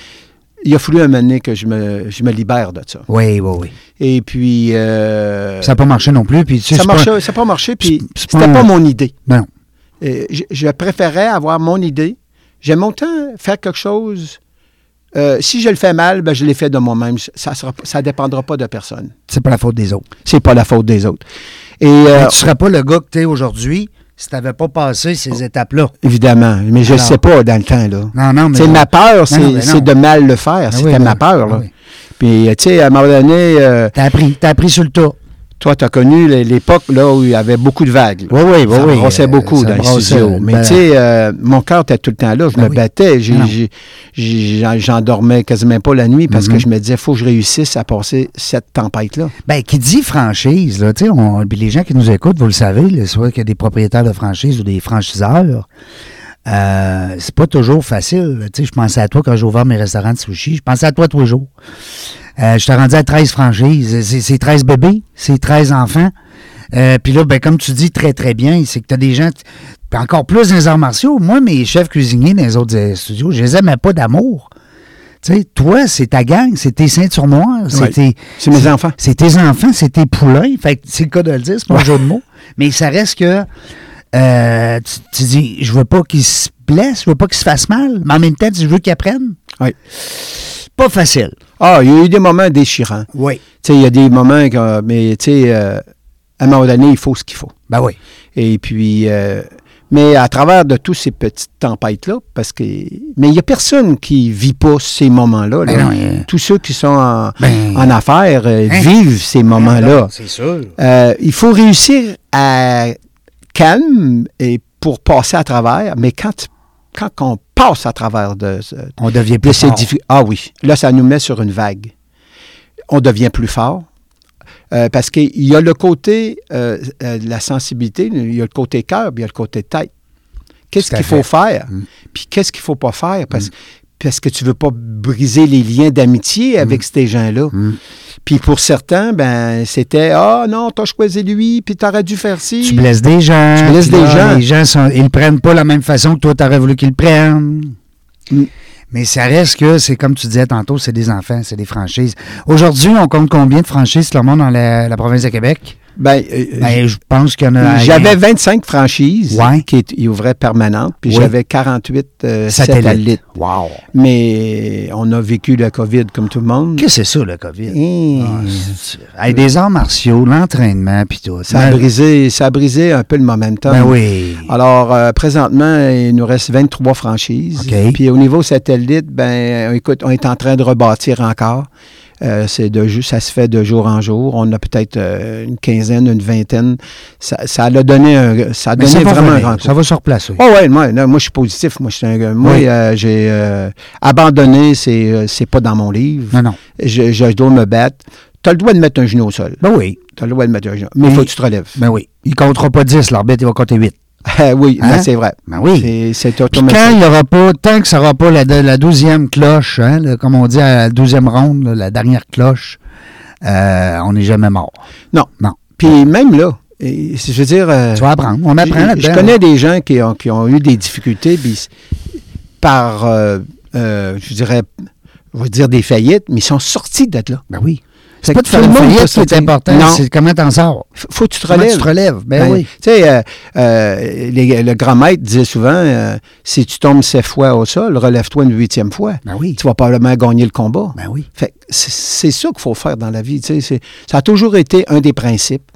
il a fallu un moment donné que je me, je me libère de ça.
Oui, oui, oui.
Et puis. euh,
Ça n'a pas marché non plus. Puis, tu sais,
ça
c'est pas-
marchait- ça n'a pas marché, puis
c'est- c'est pas
c'était
un-
pas mon idée.
Ben non.
Euh, je, je préférais avoir mon idée. J'aime autant faire quelque chose. euh, si je le fais mal, ben je l'ai fait de moi-même. Ça ne dépendra pas de personne.
C'est pas la faute des autres.
C'est pas la faute des autres. Et euh,
Mais tu serais pas le gars que tu es aujourd'hui si tu n'avais pas passé ces
Oh.
étapes-là.
évidemment, mais je ne
Alors-
sais pas dans le temps. là.
Non, non, mais.
C'est ma peur,
non,
c'est
mais
c'est
non.
de mal le faire.
oui,
C'était
ben-
ma peur. là.
ah oui.
Puis, euh, tu sais, à un moment donné, euh,
T'as appris, t'as appris sur le tas.
toi, tu as connu l- l'époque là, où il y avait beaucoup de vagues. là.
oui, euh,
ça brossait beaucoup dans les studios. Mais tu sais, euh, mon cœur était tout le temps là. Je
Ben
me
oui.
battais. J'ai-
Ben non.
j'ai- j'ai- j'en- J'endormais quasiment pas la nuit
Mm-hmm.
parce que je me disais, faut que je réussisse à passer cette tempête-là.
Ben, qui dit franchise, là, tu sais, on- puis les gens qui nous écoutent, vous le savez, là, soit qu'il y a des propriétaires de franchise ou des franchiseurs, euh, c'est pas toujours facile. là. Tu sais, je pensais à toi quand j'ai ouvert mes restaurants de sushi. Je pensais à toi tous les jours. Euh, je t'ai rendu à 13 franchises. C'est- C'est 13 bébés, c'est 13 enfants. Euh, puis là, ben, comme tu dis très, très bien, c'est que tu as des gens. Puis encore plus dans les arts martiaux. Moi, mes chefs cuisiniers dans les autres euh, studios, je les aimais pas d'amour. Tu sais, toi, c'est ta gang, c'est tes ceintures noires, c'est
Ouais.
tes-
C'est mes enfants.
c'est tes enfants, c'est tes poulains. Fait que c'est le cas de le dire, c'est pas un jeu de mots. Mais ça reste que euh, tu, tu dis, je veux pas qu'ils se blessent, je veux pas qu'ils se fassent mal, mais en même temps, je veux qu'ils apprennent.
Oui.
Pas facile.
Ah, il y a eu des moments déchirants.
Oui.
Tu sais, il y a des moments, que, mais tu sais, euh, à un moment donné, il faut ce qu'il faut.
Ben oui.
Et puis, euh, mais à travers de toutes ces petites tempêtes-là, parce que, mais il n'y a personne qui vit pas ces moments-là. là.
Ben non, euh,
Tous ceux qui sont en,
Ben-
en affaires euh,
Hein? ben,
vivent ces moments-là.
C'est sûr.
Euh, il faut réussir à calme et pour passer à travers, mais quand, tu- quand on passe à travers de, ce-
On devient
de
plus
ces
fort.
diffi- Ah oui, là, ça nous met sur une vague. On devient plus fort. euh, parce qu'il y a le côté euh, euh, de la sensibilité, il y a le côté cœur, puis il y a le côté tête. Qu'est-ce
Tout à
qu'il
fait. Mm.
faut faire? Puis qu'est-ce qu'il ne faut pas
Mm.
faire? Parce, parce que tu ne veux pas briser les liens d'amitié avec ces gens-là. Puis pour certains, ben c'était Ah non, t'as choisi lui, puis t'aurais dû faire ci.
Tu blesses des gens.
Tu blesses
puis
des gens.
Les gens, sont, ils le prennent pas la même façon que toi, t'aurais voulu qu'ils le prennent.
Mm.
Mais ça reste que, c'est comme tu disais tantôt, c'est des enfants, c'est des franchises. Aujourd'hui, on compte combien de franchises, le monde, dans la, la province de Québec?
Ben, euh,
Ben, je pense qu'il y en a...
J'avais 25 franchises
Ouais.
qui est- y ouvraient permanentes, puis
Oui.
j'avais 48 euh,
Satellite.
satellites.
Wow!
Mais on a vécu la COVID comme tout le monde.
Qu'est-ce que c'est ça, le COVID?
Et
Ah, c'est- Hey, des arts martiaux, l'entraînement, puis tout.
ça, a brisé, ça a brisé un peu le momentum.
Ben oui.
Alors, euh, présentement, il nous reste 23 franchises.
OK.
Puis au niveau satellite, ben, euh, écoute, on est en train de rebâtir encore. Euh, c'est de ju- ça se fait de jour en jour. On a peut-être euh, une quinzaine, une vingtaine. Ça, ça a donné, un, ça a
Mais Ben, ça
donné
va,
vraiment un
revenir,
grand coup.
ça va se replacer.
Oh ouais, moi, non, moi je suis positif. Moi, je suis un gars- moi,
Oui.
euh, j'ai euh, abandonné, c'est euh, c'est pas dans mon livre.
Non, non.
Je, je dois me battre. Tu as le droit de mettre un genou au sol.
Ben oui.
Tu as le droit de mettre un genou. Mais il faut que tu te relèves.
Ben oui. Il comptera pas 10, l'arbitre, il va compter 8.
Ah oui,
Hein?
ben, c'est vrai.
Ben oui.
C'est- C'est
Puis quand il
automatique.
n'y aura pas, tant que ça n'aura pas la, de- la douzième cloche, hein, le- comme on dit à la douzième ronde, là, la dernière cloche, euh, on n'est jamais mort.
Non.
Non.
Puis même là, et- je veux dire. euh,
Tu vas apprendre. On apprend
je,
là-dedans.
je connais des gens qui ont, qui ont eu des difficultés puis s- par, euh, euh, je dirais, je vais dire des faillites, mais ils sont sortis d'être là.
Ben oui. C'est
Fait
pas
que
de faire
tout
une
le monde peut
faillite qui est
sortir.
important,
Non.
c'est comment t'en sors.
F- Faut que tu te
Comment tu
relèves.
te relèves. Ben oui.
Tu sais, euh, euh, les- le grand maître disait souvent euh, si tu tombes sept fois au sol, relève-toi une huitième fois.
Ben oui.
Tu vas probablement gagner le combat.
Ben oui.
Fait que c'est- c'est ça qu'il faut faire dans la vie. tu sais, c'est- Ça a toujours été un des principes.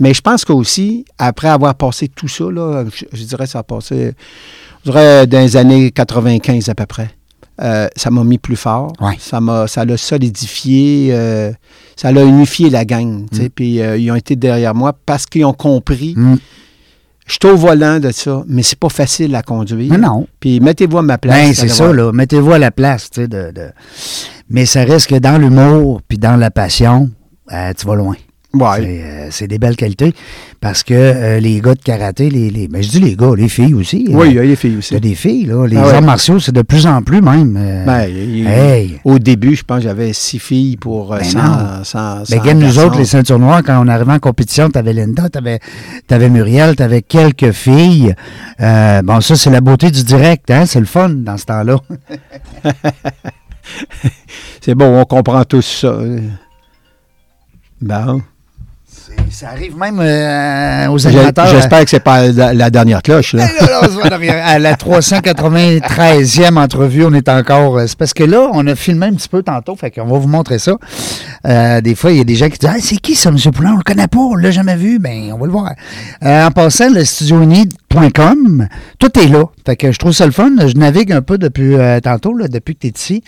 Mais je pense qu'aussi, après avoir passé tout ça, là, je, je dirais ça a passé je dirais, dans les années 95 à peu près. euh, ça m'a mis plus fort.
Ouais.
Ça m'a ça l'a solidifié. euh, ça l'a unifié la gang. tu sais, Puis euh, ils ont été derrière moi parce qu'ils ont compris.
Mm.
Je suis au volant de ça, mais c'est pas facile à conduire.
Mais non.
Puis mettez-vous à ma place.
Ben,
vous
c'est
allez
ça,
voir.
là. Mettez-vous à la place, tu sais, de, de- Mais ça reste que dans l'humour puis dans la passion, euh, tu vas loin.
Ouais.
C'est, euh, C'est des belles qualités parce que euh, les gars de karaté, les, les... ben, je dis les gars, les filles aussi.
Oui, il
euh,
y a les filles aussi.
t'as des filles, là. Les
Ah ouais.
arts martiaux, c'est de plus en plus même. euh,
Ben, il- il-
hey!
Au début, je pense que j'avais six filles pour euh,
Ben
100,
non.
100,
Ben,
100
game, nous
garçons.
autres, les ceintures noires, quand on arrivait en compétition, t'avais Linda, t'avais avais Muriel, t'avais quelques filles. Euh, bon, ça, c'est la beauté du direct, hein? C'est le fun dans ce temps-là.
C'est bon, on comprend tous ça. euh. Bon.
Ça arrive même euh, aux
J'ai-
animateurs. euh,
J'espère que c'est pas la, la dernière cloche, là.
Là, là, on se voit en arrière. À la 393e entrevue, on est encore. euh, C'est parce que là, on a filmé un petit peu tantôt, fait qu'on va vous montrer ça. Euh, des fois, il y a des gens qui disent Ah, c'est qui ça, M. Poulin On le connaît pas, on l'a jamais vu. Ben, on va le voir. Euh, en passant, le studiouni.com, tout est là. Fait que je trouve ça le fun. Je navigue un peu depuis euh, tantôt, là, depuis que tu es ici.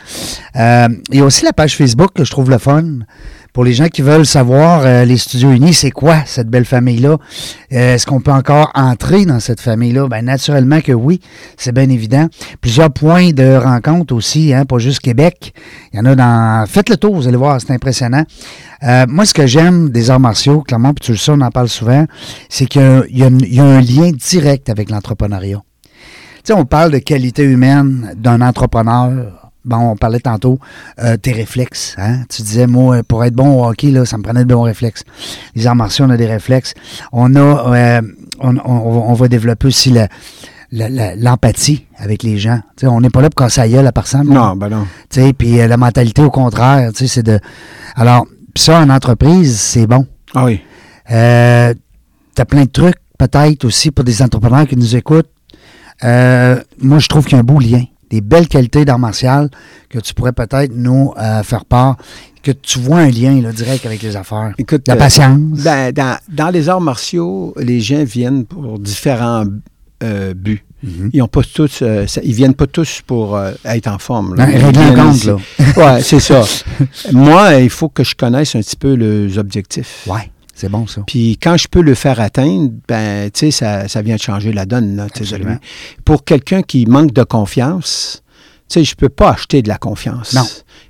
Euh, Il y a aussi la page Facebook que je trouve le fun. Pour les gens qui veulent savoir, euh, les Studios Unis, c'est quoi cette belle famille-là? Euh, Est-ce qu'on peut encore entrer dans cette famille-là? Ben, naturellement que oui, c'est bien évident. Plusieurs points de rencontre aussi, hein, pas juste Québec. Il y en a dans... Faites le tour, vous allez voir, c'est impressionnant. Euh, moi, ce que j'aime des arts martiaux, clairement, puis tu le sais, on en parle souvent, c'est qu'il y a- il y a une- il y a un lien direct avec l'entrepreneuriat. Tu sais, on parle de qualité humaine d'un entrepreneur. Bon, on parlait tantôt, euh, tes réflexes. Hein? Tu disais, moi, euh, pour être bon au hockey, là, ça me prenait de bons réflexes. Les arts martiaux, on a des réflexes. On a, euh, on, on- on va développer aussi la- la- la- l'empathie avec les gens. Tu sais, on n'est pas là pour casser la gueule à personne.
Non, ben non.
Tu sais, puis euh, la mentalité, au contraire, tu sais, c'est de... Alors, pis ça, en entreprise, c'est bon.
Ah oui.
Euh, T'as plein de trucs, peut-être aussi, pour des entrepreneurs qui nous écoutent. Euh, moi, je trouve qu'il y a un beau lien, des belles qualités d'art martial que tu pourrais peut-être nous euh, faire part, que tu vois un lien là, direct avec les affaires.
Écoute,
La
euh,
patience.
dans, dans- dans les arts martiaux, les gens viennent pour différents euh, buts. Ils ont pas tous, euh, ça- ils viennent pas tous pour euh, être en forme. là.
Ben,
Ils
régler un
viennent
compte,
ici.
là.
Ouais, c'est ça. Moi, il faut que je connaisse un petit peu les objectifs.
Ouais, c'est bon ça.
Puis quand je peux le faire atteindre, ben, tu sais, ça, ça vient de changer la donne. Là, tu sais,
Absolument.
Jérémy. Pour quelqu'un qui manque de confiance, tu sais, je peux pas acheter de la confiance.
Non.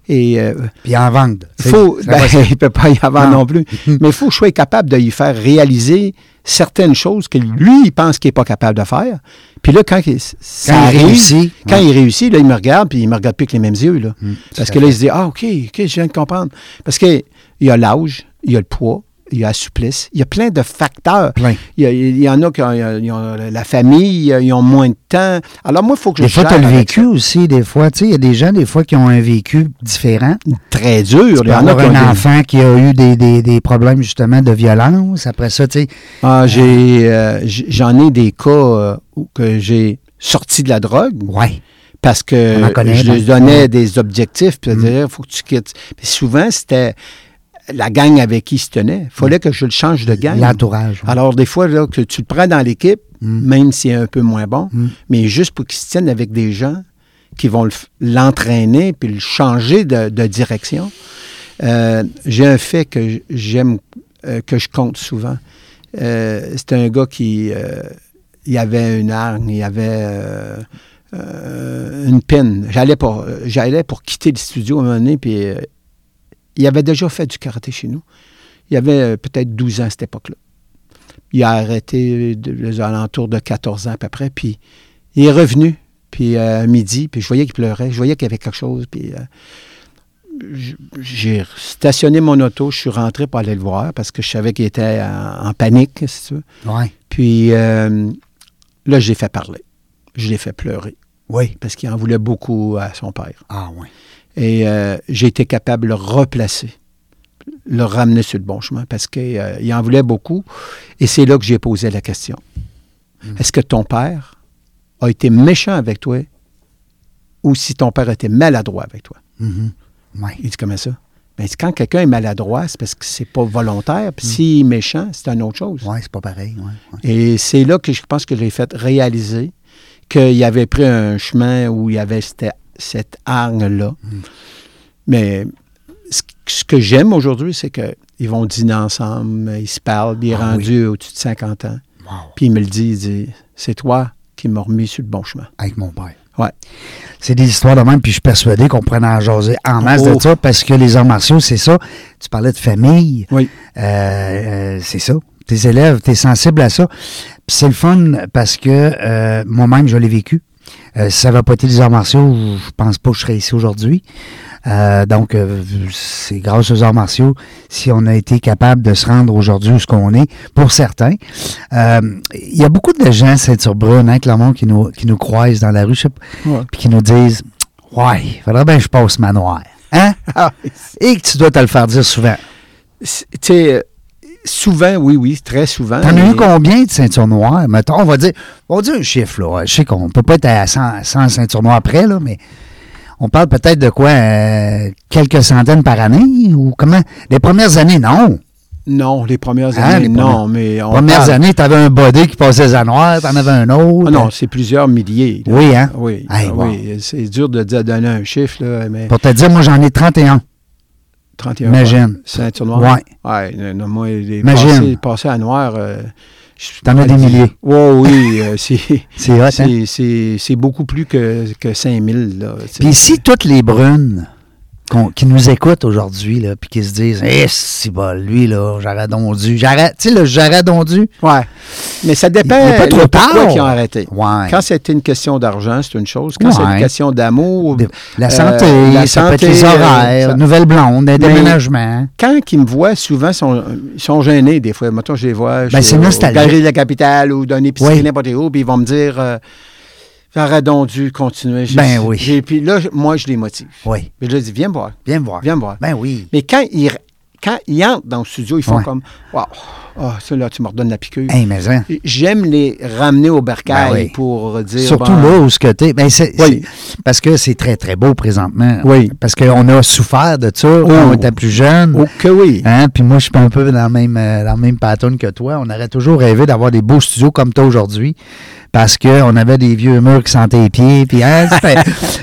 Et euh,
Puis en vente. tu sais,
faut,
c'est
ben,
impossible.
il peut pas y avoir
Non.
non, plus. Mais il faut que je sois capable de lui faire réaliser certaines choses que lui, il pense qu'il est pas capable de faire. Puis là, quand il, ça
Quand il
arrive,
réussit,
quand
ouais. Hum,
il réussit, là, il me regarde, puis il me regarde plus avec les mêmes yeux, là. Parce
à
que là, il se dit, ah, OK, OK, je viens de comprendre. Parce que il y a l'âge, il y a le poids, il y a la souplesse, il y a plein de facteurs.
Plein.
Il y, a- il y en a qui ont, ils ont la famille, ils ont moins de temps. Alors, moi, il faut que
Des
je
fois, tu as le
gère avec
vécu aussi, des fois. Tu sais, il y a des gens, des fois, qui ont un vécu différent.
très dur.
Tu
Il y
peux
en a
avoir
qui ont
un
des-
enfant qui a eu des, des- des problèmes, justement, de violence. Après ça, tu sais,
Ah, j'ai, euh, j- j'en ai des cas euh, où que j'ai sorti de la drogue
ouais.
parce que
On en connaît, hein. Mm.
je
bon.
lui donnais des objectifs, puis il faut que tu quittes. Puis souvent, c'était la gang avec qui il se tenait. Il fallait que je le change de gang.
L'entourage. ouais.
Alors, des fois, là, que tu le prends dans l'équipe, même s'il est un peu moins bon, mais juste pour qu'il se tienne avec des gens qui vont le f- l'entraîner puis le changer de, de direction. Euh, J'ai un fait que j- j'aime, euh, que je compte souvent. Euh, C'était un gars qui euh, il avait une arme, il avait euh, euh, une peine. J'allais pour, j'allais pour quitter le studio à un moment donné, puis euh, il avait déjà fait du karaté chez nous. Il avait euh, peut-être 12 ans à cette époque-là. Il a arrêté de- les alentours de 14 ans à peu près, puis il est revenu, puis euh, à midi, puis je voyais qu'il pleurait, je voyais qu'il y avait quelque chose, puis euh, j- j'ai stationné mon auto, je suis rentré pour aller le voir, parce que je savais qu'il était en, en panique, si tu veux.
Ouais.
Puis euh, là, je l'ai fait parler, je l'ai fait pleurer,
Oui.
parce qu'il en voulait beaucoup à son père.
Ah, oui.
Et euh, j'ai été capable de le replacer, le ramener sur le bon chemin parce qu'il en voulait beaucoup. Et c'est là que j'ai posé la question. Est-ce que ton père a été méchant avec toi ou si ton père était maladroit avec toi?
Mm-hmm. Ouais.
Il dit comment ça? Ben, c'est quand quelqu'un est maladroit, c'est parce que c'est pas volontaire. Puis s'il est méchant, c'est une autre chose.
Ouais, c'est pas pareil. ouais, ouais.
Et c'est là que je pense que j'ai fait réaliser qu'il avait pris un chemin où il y avait cette, cette hargne-là.
Hmm.
Mais ce, ce que j'aime aujourd'hui, c'est qu'ils vont dîner ensemble, ils se parlent, il est
Ah
rendu au-dessus de 50 ans.
Wow.
Puis il me le dit, il dit, c'est toi qui m'as remis sur le bon chemin.
Avec mon père.
Ouais.
C'est des histoires de même, puis je suis persuadé qu'on prenait en jaser en masse de
Oh.
ça, parce que les arts martiaux, c'est ça. Tu parlais de famille.
Oui.
Euh, euh, c'est ça. Tes élèves, t'es sensible à ça. Puis c'est le fun parce que euh, moi-même, je l'ai vécu. Euh, si ça va pas été les arts martiaux, je pense pas que je serais ici aujourd'hui. Euh, donc, euh, c'est grâce aux arts martiaux si on a été capable de se rendre aujourd'hui où ce qu'on est, pour certains. Euh, Il y a beaucoup de gens à Saint-Urbrun, hein, Clermont, qui nous, qui nous croisent dans la rue, je sais pas,
Ouais.
puis qui nous disent « Ouais, faudrait bien que je passe manoir. » Hein? Et que tu dois te le faire dire souvent.
C'est- Tu sais, euh, souvent, oui, oui, très souvent.
T'en as eu
mais-
combien de ceintures noires? Mettons, on va dire, on va dire un chiffre, là. Je sais qu'on peut pas être à 100, 100 ceintures noires après, là, mais on parle peut-être de quoi? euh, quelques centaines par année? Ou comment? Les premières années, non.
Non, les premières
Hein,
années,
les
non, mais on
premières
parle-
années, t'avais un body qui passait à noir, t'en avais un autre.
Ah non, c'est plusieurs milliers. là.
Oui, hein?
Oui,
Hey,
ah
wow.
oui, c'est dur de dire- donner un chiffre, là, mais
Pour te dire, moi, j'en ai 31.
31
Imagine.
ouais. ceinture noire.
Ouais.
Ouais, non, non, moi, les
Imagine.
passés, passés à noir. euh, je-
T'en as des milliers.
Ouais, oui, euh, c'est-
C'est hot, hein?
c'est- c'est c'est beaucoup plus que, que 5000. Là, tu sais.
Puis si toutes les brunes qu'on- qui nous écoutent aujourd'hui, là, puis qui se disent, eh, si bah, lui, là, j'aurais dondu. J'aurais, tu sais, le j'aurais dondu.
Ouais. Mais ça dépend.
Il est pas trop
le pourquoi
tard.
qu'ils ont arrêté.
Ouais.
Quand c'était une question d'argent, c'est une chose. Quand c'est
Ouais.
une question d'amour.
De-
euh,
la santé,
la
ça peut
santé,
être les
euh,
horaires,
ça-
nouvelle blonde, un
Mais-
déménagement.
quand ils me voient, souvent, sont, ils sont gênés des fois. Mettons, je les vois
Ben, c'est
au- au
nostalgique.
Galerie de la Capitale ou d'un épicerie
Oui.
n'importe où, puis ils vont me dire euh, J'aurais donc dû continuer. J'ai-
Ben oui.
j'ai- Puis là, je- moi, je les motive.
Oui,
Puis je leur dis Viens me voir.
viens me voir.
Viens me voir.
Ben oui.
Mais quand ils, re- quand ils entrent dans le studio, ils font
Ouais.
comme Waouh, ah, ça là, tu me redonnes la piqûre.
Hey, mais hein,
J'aime les ramener au barcail
Ben oui.
pour dire
surtout
bon,
là où ce que t'es. Ben, c'est,
Oui.
c'est- parce que c'est très, très beau présentement.
Oui.
Parce qu'on a souffert de ça quand on était plus jeune.
Oh, que oui.
Hein, Puis moi, je suis un peu dans le même, euh, dans le même pattern que toi. On aurait toujours rêvé d'avoir des beaux studios comme toi aujourd'hui parce qu'on avait des vieux murs qui sentaient les pieds. Puis, hein, c'était-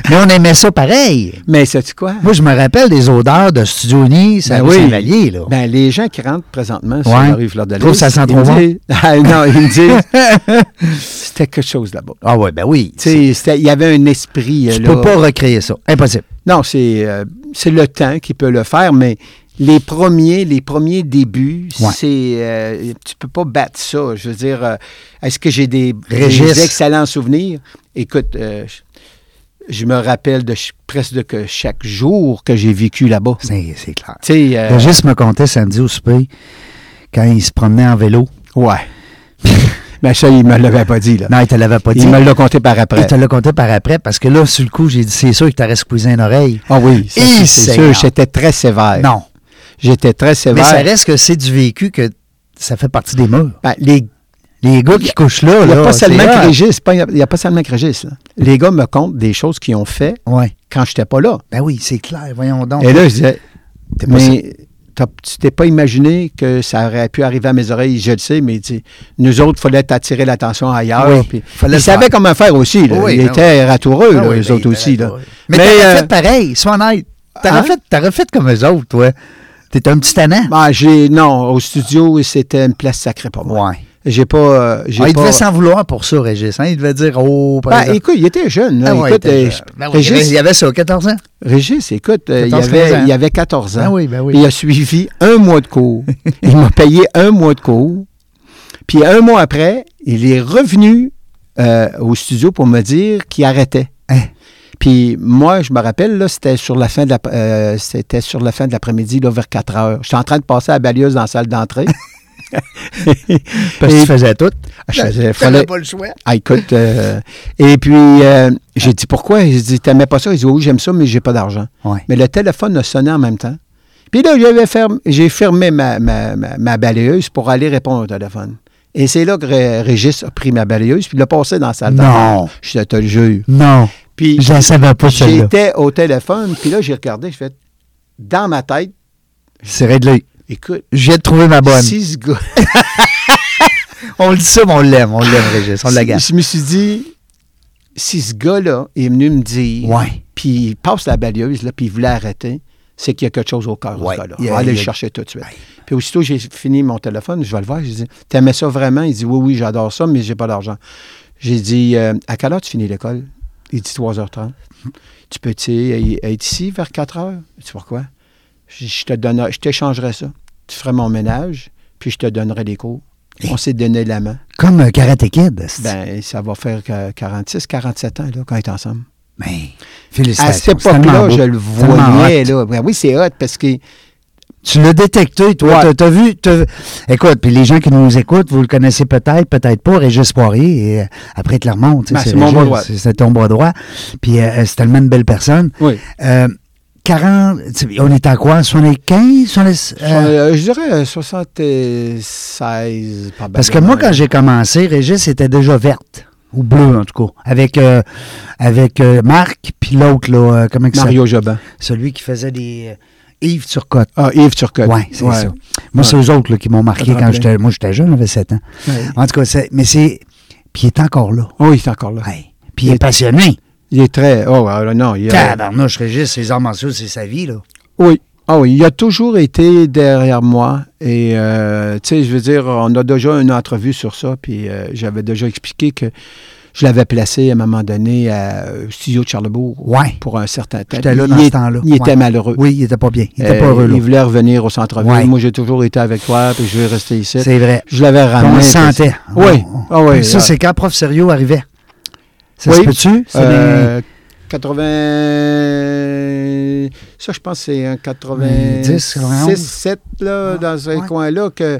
mais on aimait ça pareil.
Mais sais-tu quoi?
Moi, je me rappelle des odeurs de Studio Nice à
Ben oui.
Saint-Vallier. Là.
Ben, les gens qui rentrent présentement sur
Ouais.
la rue Fleur de
Trouve ça sent
ils me
trop bon.
disent- Ah, non, ils me disent, c'était quelque chose là-bas.
ah ouais, ben oui.
Tu sais, c'était- il y avait un esprit. euh,
Tu
là.
peux pas recréer ça. Impossible.
Non, c'est euh, c'est le temps qui peut le faire, mais les premiers, les premiers débuts,
Ouais.
c'est euh, tu peux pas battre ça. Je veux dire, euh, est-ce que j'ai des,
Régis.
des excellents souvenirs Écoute, euh, je, je me rappelle de ch- presque que chaque jour que j'ai vécu là-bas. Tu
C'est c'est clair.
sais, euh,
Régis me contait samedi au souper quand il se promenait en vélo.
ouais. Mais ça, il me l'avait pas dit là.
Non, il te l'avait pas dit.
il me l'a compté par
Il
après.
te l'a compté par après parce que là, sur le coup, j'ai dit c'est sûr que t'aurais squeezé une oreille.
Ah oui, ça,
Et
c'est c'est
Seigneur.
sûr, j'étais très sévère.
Non.
J'étais très
Mais
sévère.
ça reste que c'est du vécu que ça fait partie des murs.
Ben, les
Les gars qui couchent là,
Il n'y
là,
a pas
c'est
seulement que
rare.
Régis. pas- Il n'y a, pas seulement que Régis. là. Les gars me comptent des choses qu'ils ont fait
Ouais.
quand j'étais pas là.
Ben oui, c'est clair, voyons donc.
Et là, je disais,
T'es pas
mais t'as- tu t'es pas imaginé que ça aurait pu arriver à mes oreilles, je le sais, mais tu sais, nous autres, il fallait attirer l'attention ailleurs.
Oui,
puis-
fallait le
ils savaient
faire.
comment faire aussi. là.
Oui,
ils
ben
étaient ratoureux,
Ah
là,
oui,
eux
ben,
autres
ben,
aussi.
ben,
là.
ouais. Mais,
Mais,
t'aurais
euh,
fait pareil, sois honnête. T'aurais,
hein?
fait, t'aurais fait comme eux autres, toi. T'es un petit tannant.
ben, j'ai- non, au studio, c'était une place sacrée pour moi.
Ouais.
J'ai pas. euh, j'ai
Ah, il
pas-
devait s'en vouloir pour ça, Régis. hein. Il devait dire, oh, par
Ben,
exemple.
écoute, il était jeune. là.
Ah ouais,
Écoute,
t'es-
euh,
ben oui, il, y avait, il
Régis,
y avait ça, 14 ans.
Régis, écoute, euh, il
14,
avait,
15 ans.
il avait 14 ans.
Ah oui, ben oui.
Puis Il a suivi un mois de cours. il m'a payé un mois de cours. Puis un mois après, il est revenu euh, au studio pour me dire qu'il arrêtait.
Hein?
Puis moi, je me rappelle, là, c'était sur la fin de la- euh, c'était sur la fin de l'après-midi, là, vers 4 heures. J'étais en train de passer à la balieuse dans la salle d'entrée.
Parce que
Et-
tu faisais tout.
Je faisais-
T'avais
fallait-
pas le choix.
ah, écoute, euh, et puis euh, j'ai dit pourquoi? Il dit, t'aimais pas ça? Il dit Oui, j'aime ça, mais j'ai pas d'argent.
Ouais.
Mais le téléphone a sonné en même temps. Puis là, j'avais ferm- j'ai fermé ma, ma- ma- ma balayeuse pour aller répondre au téléphone. Et c'est là que Ré- Régis a pris ma balayeuse puis l'a passé dans sa tente.
Non.
Je te le jure.
Non,
Puis
je ne savais pas celle-là.
j'étais au téléphone, puis là, j'ai regardé, je fais dans ma tête,
C'est réglé.
écoute,
J'ai trouvé ma bonne.
si ce gars-
On le dit ça, mais on l'aime. On l'aime, Régis. On la garde.
je me suis dit, si ce gars-là est venu me dire
Ouais.
puis il passe la balayeuse, là, puis il voulait arrêter, c'est qu'il y a quelque chose au cœur
Ouais.
de ce gars-là.
Il y a-
On va aller
il y
le
a-
chercher tout de suite. Puis aussitôt j'ai fini mon téléphone, je vais le voir, je dis T'aimais ça vraiment? Il dit Oui, oui, j'adore ça, mais j'ai pas d'argent. J'ai dit Euh, À quelle heure tu finis l'école? Il dit 3h30. Tu peux-tu être ici vers 4h? Tu vois quoi? Je je te donnerai- je t'échangerai ça. Tu ferais mon ménage, puis je te donnerai les cours. On s'est donné la main.
Comme un Karate Kid. c'est-
Ben, ça va faire que 46, 47 ans, là, quand on est ensemble.
Mais,
À
félicitations.
cette
c'est tellement
époque-là,
beau,
je le
tellement
voyais.
hot.
Là. Ben oui, c'est hot parce que.
Tu l'as détecté, toi.
Ouais.
T'as- T'as vu. t'as- Écoute, puis les gens qui nous écoutent, vous le connaissez peut-être, peut-être pas, Régis Poirier, et, euh, après Clermont. tu sais,
Ben, c'est mon
Régis,
bras droit.
C'est c'est ton bras droit. Puis euh, c'est tellement une belle personne.
Oui.
Euh, 40. tu sais, On est à quoi? 75? 70, euh,
Euh, je dirais euh, 76, probablement.
parce que moi, quand j'ai commencé, Régis était déjà verte. Ou bleue, en tout cas. Avec, euh, avec euh, Marc, puis l'autre, là, euh, comment il s'appelle?
Mario Jobin.
Celui qui faisait des. euh, Yves Turcotte.
Ah, Yves Turcotte.
Oui, c'est
Ouais.
ça. Moi, c'est eux autres là, qui m'ont marqué
Ça te
quand
rappelait?
j'étais. Moi, j'étais jeune, j'avais 7 ans.
Ouais.
En tout cas, c'est- mais c'est. Puis il est encore là.
Oui, Oh, il est encore là.
Ouais. Puis il est passionné.
Il est très. Oh, euh, non, il a...
Tabarnouche, Régis, ses arts martiaux, c'est sa vie, là.
Oui. Ah oui, il a toujours été derrière moi. Et, euh, tu sais, je veux dire, on a déjà une entrevue sur ça. Puis euh, j'avais déjà expliqué que je l'avais placé à un moment donné à euh, Studio de Charlebourg
Ouais.
pour un certain temps.
J'étais là dans
Il
ce
est-
temps-là.
Il était
Ouais.
malheureux.
Oui, il était pas bien. Il était
Euh,
pas heureux, là.
il voulait revenir au centre-ville.
Ouais.
Moi, j'ai toujours été avec toi, puis je vais rester ici.
C'est vrai.
Je l'avais
Puis
ramené.
on le
puis-
sentait.
Oui.
On-
Ah oui.
Ça, c'est quand Prof Sérieux arrivait. Ça se
Oui.
peut-tu? C'est des-
Euh, 80... Ça, je pense que c'est en
10,
86,
91.
7, là,
Ouais,
dans ces
ouais.
coins-là, que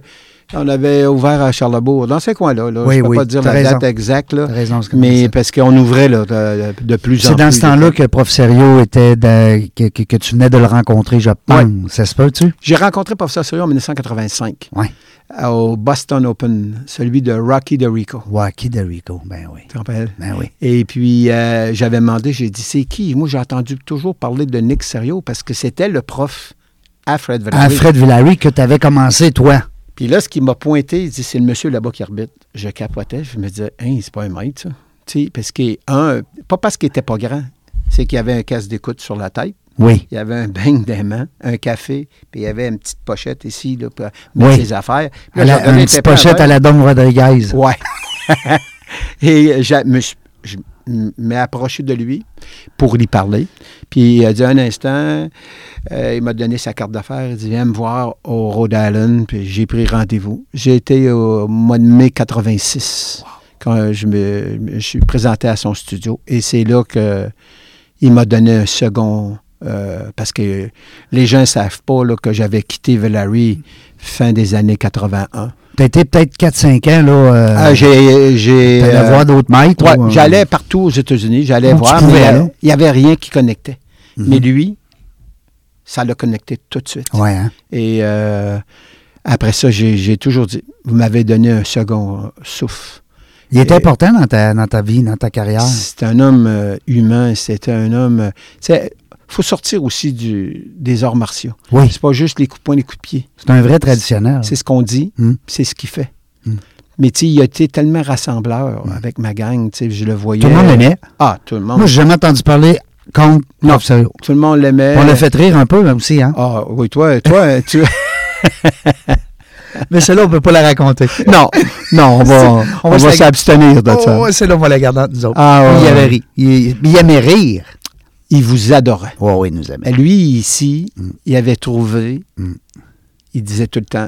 on avait ouvert à Charlebourg. Dans ces coins-là, là.
Oui,
je ne peux
oui,
pas dire
t'as
la
raison.
date exacte, là,
T'as raison, c'est comme
mais
ça.
parce qu'on ouvrait là, de, de plus en
C'est
plus.
dans ce temps-là que Prof Sérieux était. de- que, que- que tu venais de le rencontrer, je pense. Ça se peut-tu?
J'ai rencontré Professeur Sérieux en 1985
Oui.
au Boston Open, celui de Rocky de Rico.
Wacky de Rico. Ben oui.
Tu te rappelles?
Ben oui.
Et puis, euh, j'avais demandé, j'ai dit, c'est qui? Moi, j'ai entendu toujours parler de Nick Serio parce que c'était le prof à Fred
À
Valley.
Ah, Fred Villary que tu avais commencé, toi.
Puis là, ce qui m'a pointé, il dit, c'est le monsieur là-bas qui arbitre. Je capotais, je me disais, hein, c'est pas un maître, ça. Tu sais, parce que, un, pas parce qu'il était pas grand, c'est qu'il avait un casque d'écoute sur la tête,
Oui.
il avait un beigne d'aimant, un café, puis il avait une petite pochette ici, là, pour mettre
Oui.
ses affaires. Puis
À la-
là, je regardais,
une
il était
petite
pas
pochette à la Don Rodriguez.
Ouais. Et euh, j'a- me suis- je, m'ai approché de lui pour lui parler. Puis il a dit un instant, euh, il m'a donné sa carte d'affaires, il dit viens me voir au Rhode Island, puis j'ai pris rendez-vous. J'ai été au mois de mai 86 quand je me je suis présenté à son studio et c'est là que il m'a donné un second euh, parce que les gens ne savent pas là, que j'avais quitté
Hmm.
Villary fin des années 81.
T'as été peut-être 4-5 ans, là. euh,
Ah, j'ai. j'ai
t'allais
euh,
voir d'autres maîtres.
ouais,
ou, euh,
J'allais partout aux États-Unis, j'allais
Où tu
voir,
pouvais
mais
aller. Mhm.
euh, il n'y avait rien qui connectait. Mais lui, ça l'a connecté tout de suite.
Ouais, hein.
Et euh, après ça, j'ai j'ai toujours dit vous m'avez donné un second euh, souffle.
Il est
Et-
important dans ta, dans ta vie, dans ta carrière.
C'est un homme euh, humain, c'était un homme. euh, tu sais, faut sortir aussi du, des arts martiaux.
Oui,
C'est pas juste les coups de poing, les coups de pied.
c'est un vrai traditionnel.
C'est ce qu'on dit,
Mm.
c'est ce qu'il fait.
Mm.
Mais tu sais, il a été tellement rassembleur avec ma gang, tu sais, je le voyais.
Hmm. Tout le monde l'aimait.
Ah, tout le monde.
Moi, j'ai jamais entendu parler contre
Non.
Lobsero.
tout le monde l'aimait.
On l'a fait rire un peu, là, aussi, hein?
Ah, oui, toi, toi, tu.
Mais celle-là, on peut pas la raconter.
non, non, on va, on
va
va
se la-
s'abstenir de ça.
Oh, ouais, celle-là, on va la garder entre nous autres.
Ah, ouais,
il
ouais.
avait ri. Il, il aimait rire.
Il vous adorait.
Oui, oui, il nous aimait.
Mais lui, ici,
Mm.
il avait trouvé, il disait tout le temps,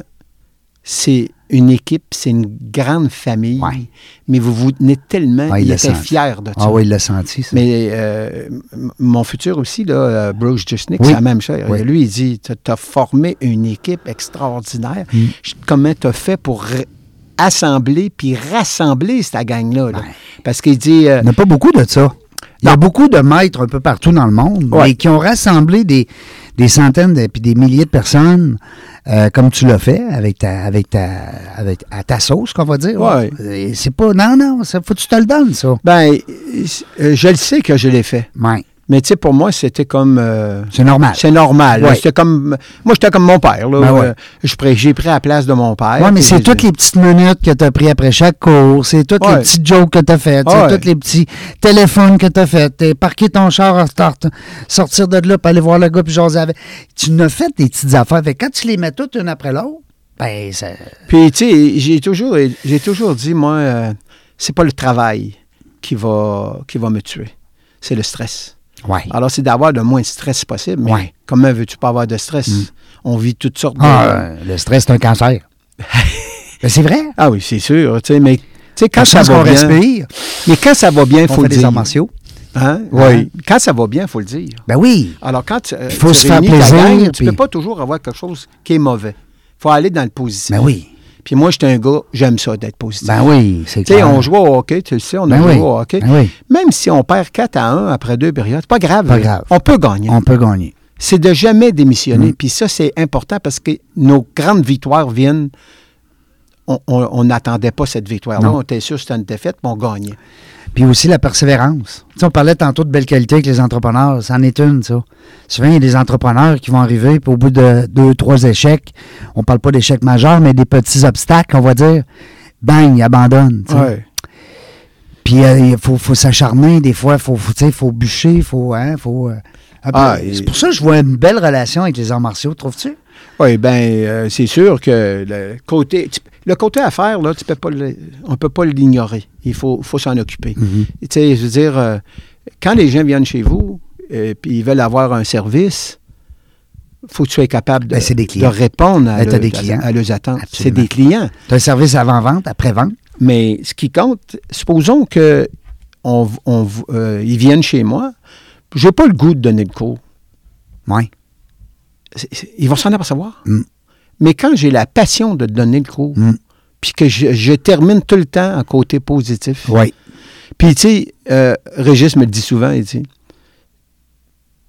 c'est une équipe, c'est une grande famille,
Ouais.
mais vous vous tenez tellement,
Ah, il
il,
le
était
sent.
fier de ça.
Ah oui, il l'a senti, ça.
Mais euh, m- mon futur aussi, là, euh, Bruce Jusnick,
Oui.
c'est la même chose.
Oui.
Lui, il dit, tu as formé une équipe extraordinaire.
Mm.
Je- Comment tu as fait pour r- assembler puis rassembler cette gang-là? là? Parce qu'il dit... euh,
Il n'y en a pas beaucoup de ça. Il y a beaucoup de maîtres un peu partout dans le monde,
Ouais.
mais qui ont rassemblé des, des centaines de- puis des milliers de personnes, euh, comme tu l'as fait, avec ta, avec ta, avec, à ta sauce, qu'on va dire.
Ouais.
Et C'est pas, non, non, ça, faut que tu te le donnes, ça.
ben, euh, je le sais que je l'ai fait.
Ouais,
Mais tu sais, pour moi, c'était comme... euh,
c'est normal.
c'est normal. là.
Ouais.
C'était comme... Moi, j'étais comme mon père. là.
Ben ouais.
Euh, je pr- J'ai pris la place de mon père.
Oui, mais
puis
c'est
j'ai-
toutes les petites minutes que tu as pris après chaque cours, c'est toutes les
Ouais.
petites jokes que tu as faites,
Ah
c'est
ouais.
tous les petits téléphones que tu as fait, t'es parqué ton char en start, sortir de là, puis aller voir le gars, puis jaser avec. Tu n'as fait des petites affaires, fait que quand tu les mets toutes une après l'autre, ben, ça...
Puis, tu sais, j'ai toujours, j'ai toujours dit, moi, euh, c'est pas le travail qui va, qui va me tuer, c'est le stress.
Ouais.
Alors, c'est d'avoir le moins de stress possible. Mais
Ouais. Mm.
comment veux-tu pas avoir de stress? On vit toutes sortes
Ah,
de.
euh, le stress, c'est un cancer. Ben, c'est vrai.
Ah oui, c'est sûr. Tu sais, mais tu sais, quand
Quand
ça
ça
va
qu'on
bien.
respire,
Mais quand ça va bien, il
on
faut
fait
le
des
dire.
arts martiaux.
Hein?
Oui.
Hein? Quand ça va bien, il faut le dire.
Ben oui.
Alors, quand tu, euh,
Faut
tu
se faire
réunis ta
plaisir,
gang, tu
puis-
peux pas toujours avoir quelque chose qui est mauvais. faut aller dans le positif.
Ben oui.
Puis moi, j'étais un gars, j'aime ça d'être positif.
Ben oui, c'est
Tu sais,
clair.
on jouait au hockey, tu le sais, on a
Ben
joué
oui,
au hockey.
ben oui.
Même si on perd 4 à 1 après deux périodes, c'est pas grave.
Pas
là.
grave.
On peut gagner.
On Mm. peut gagner.
C'est de jamais démissionner. Puis ça, c'est important parce que nos grandes victoires viennent. on- On on n'attendait pas cette victoire-là.
Non.
On était sûr que c'était une défaite, mais on gagnait.
Puis aussi la persévérance. Tu sais, on parlait tantôt de belle qualité avec les entrepreneurs. C'en est une, ça. Souvent, il y a des entrepreneurs qui vont arriver, puis au bout de deux, trois échecs, on parle pas d'échecs majeurs, mais des petits obstacles, on va dire, bang, ils abandonnent. tu sais. Puis euh, il faut, faut s'acharner, des fois, il faut, faut, tu sais, faut bûcher, faut, hein, faut... euh, un peu-
Ah,
c'est
et-
pour ça que je vois une belle relation avec les arts martiaux, trouves-tu?
Oui, bien, c'est sûr que le côté, tu- le côté affaires, là, tu peux pas le- on ne peut pas l'ignorer. Il faut, faut s'en occuper.
Mhm.
Tu sais, je veux dire, euh, quand les gens viennent chez vous et puis ils veulent avoir un service, faut que tu sois capable de,
Ben, c'est des
de
clients.
répondre à,
Ben, t'as
le-
des clients.
à, à leurs attentes. C'est
Absolument.
des clients.
Tu un service avant-vente, après-vente.
Mais ce qui compte, supposons que on, v- on v- euh, ils viennent chez moi, j'ai pas le goût de donner le cours.
Oui.
C'est- c'est- ils vont s'en apercevoir.
Mm.
Mais quand j'ai la passion de donner le cours,
Mm.
puis que je, je termine tout le temps en côté positif.
Oui.
Puis, tu sais, euh, Régis me le dit souvent, il dit,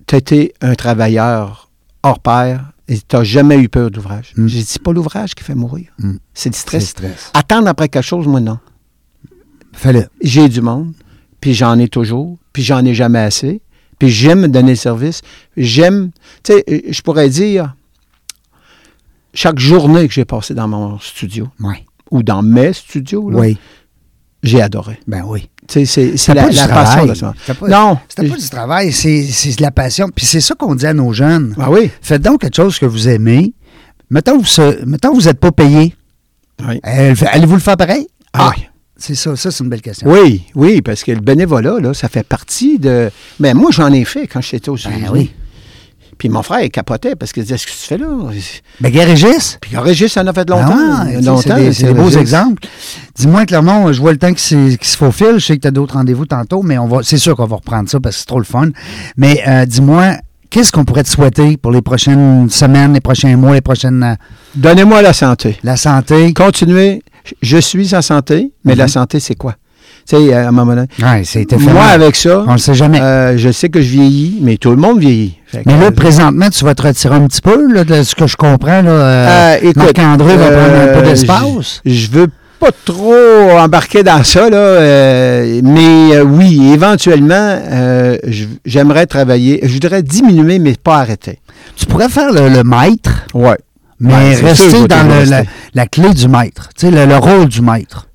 t'as été un travailleur hors pair et t'as jamais eu peur d'ouvrage.
Mm.
J'ai dit, c'est pas l'ouvrage qui fait mourir,
Mm.
c'est le
Très
stress.
stress.
Attendre après quelque chose, moi, non.
Fais-le.
J'ai du monde, puis j'en ai toujours, puis j'en ai jamais assez, puis j'aime donner le service. J'aime, tu sais, euh, je pourrais dire, chaque journée que j'ai passée dans mon studio,
Oui.
ou dans mes studios, là,
Oui.
j'ai adoré.
Ben oui.
Tu sais, c'est- c'est
C'était
la,
pas du
la
travail.
passion de ça.
C'était pas-
Non,
C'était pas du travail, c'est c'est de la passion. Puis c'est ça qu'on dit à nos jeunes.
Ah oui.
Faites donc quelque chose que vous aimez. Mettons, vous se- mettons, vous n'êtes pas payé.
Oui.
Euh, Allez-vous le faire pareil?
Ah
Ah,
oui.
C'est ça, ça, c'est une belle question.
Oui, oui, parce que le bénévolat, là, ça fait partie de. Mais moi, j'en ai fait quand j'étais aux
Ben
États-Unis.
oui.
Puis mon frère, il capotait parce qu'il disait Qu'est-ce que tu fais là
Ben, Guérégis?
Puis Régis en a fait longtemps. euh,
Ah, tu sais,
longtemps,
c'est des, c'est des beaux
Régis.
exemples. Dis-moi, Clermont, je vois le temps qui, s'est- qui se faufile. Je sais que tu as d'autres rendez-vous tantôt, mais on va, c'est sûr qu'on va reprendre ça parce que c'est trop le fun. Mais euh, dis-moi, qu'est-ce qu'on pourrait te souhaiter pour les prochaines semaines, les prochains mois, les prochaines. euh,
Donnez-moi la santé.
la santé?
Continuez. Je- Je suis en santé, mais
Mhm.
la santé, c'est quoi? Tu sais, à un moment donné.
Ouais, c'est éphémère.
Moi, avec ça,
On le sait jamais.
euh, je sais que je vieillis, mais tout le monde vieillit. Fait que-
mais là, présentement, tu vas te retirer un petit peu, là, de ce que je comprends. Là, euh,
Euh, écoute,
Marc-André va prendre un peu
euh,
d'espace.
Je je veux pas trop embarquer dans ça, là, euh, mais euh, oui, éventuellement, euh, je- j'aimerais travailler. Je voudrais diminuer, mais pas arrêter.
Tu pourrais faire le, le maître,
Ouais.
mais
Ouais, c'est sûr, je
rester
vais
dans
toujours
le- la,
rester.
la clé du maître, tu sais, le, le rôle du maître.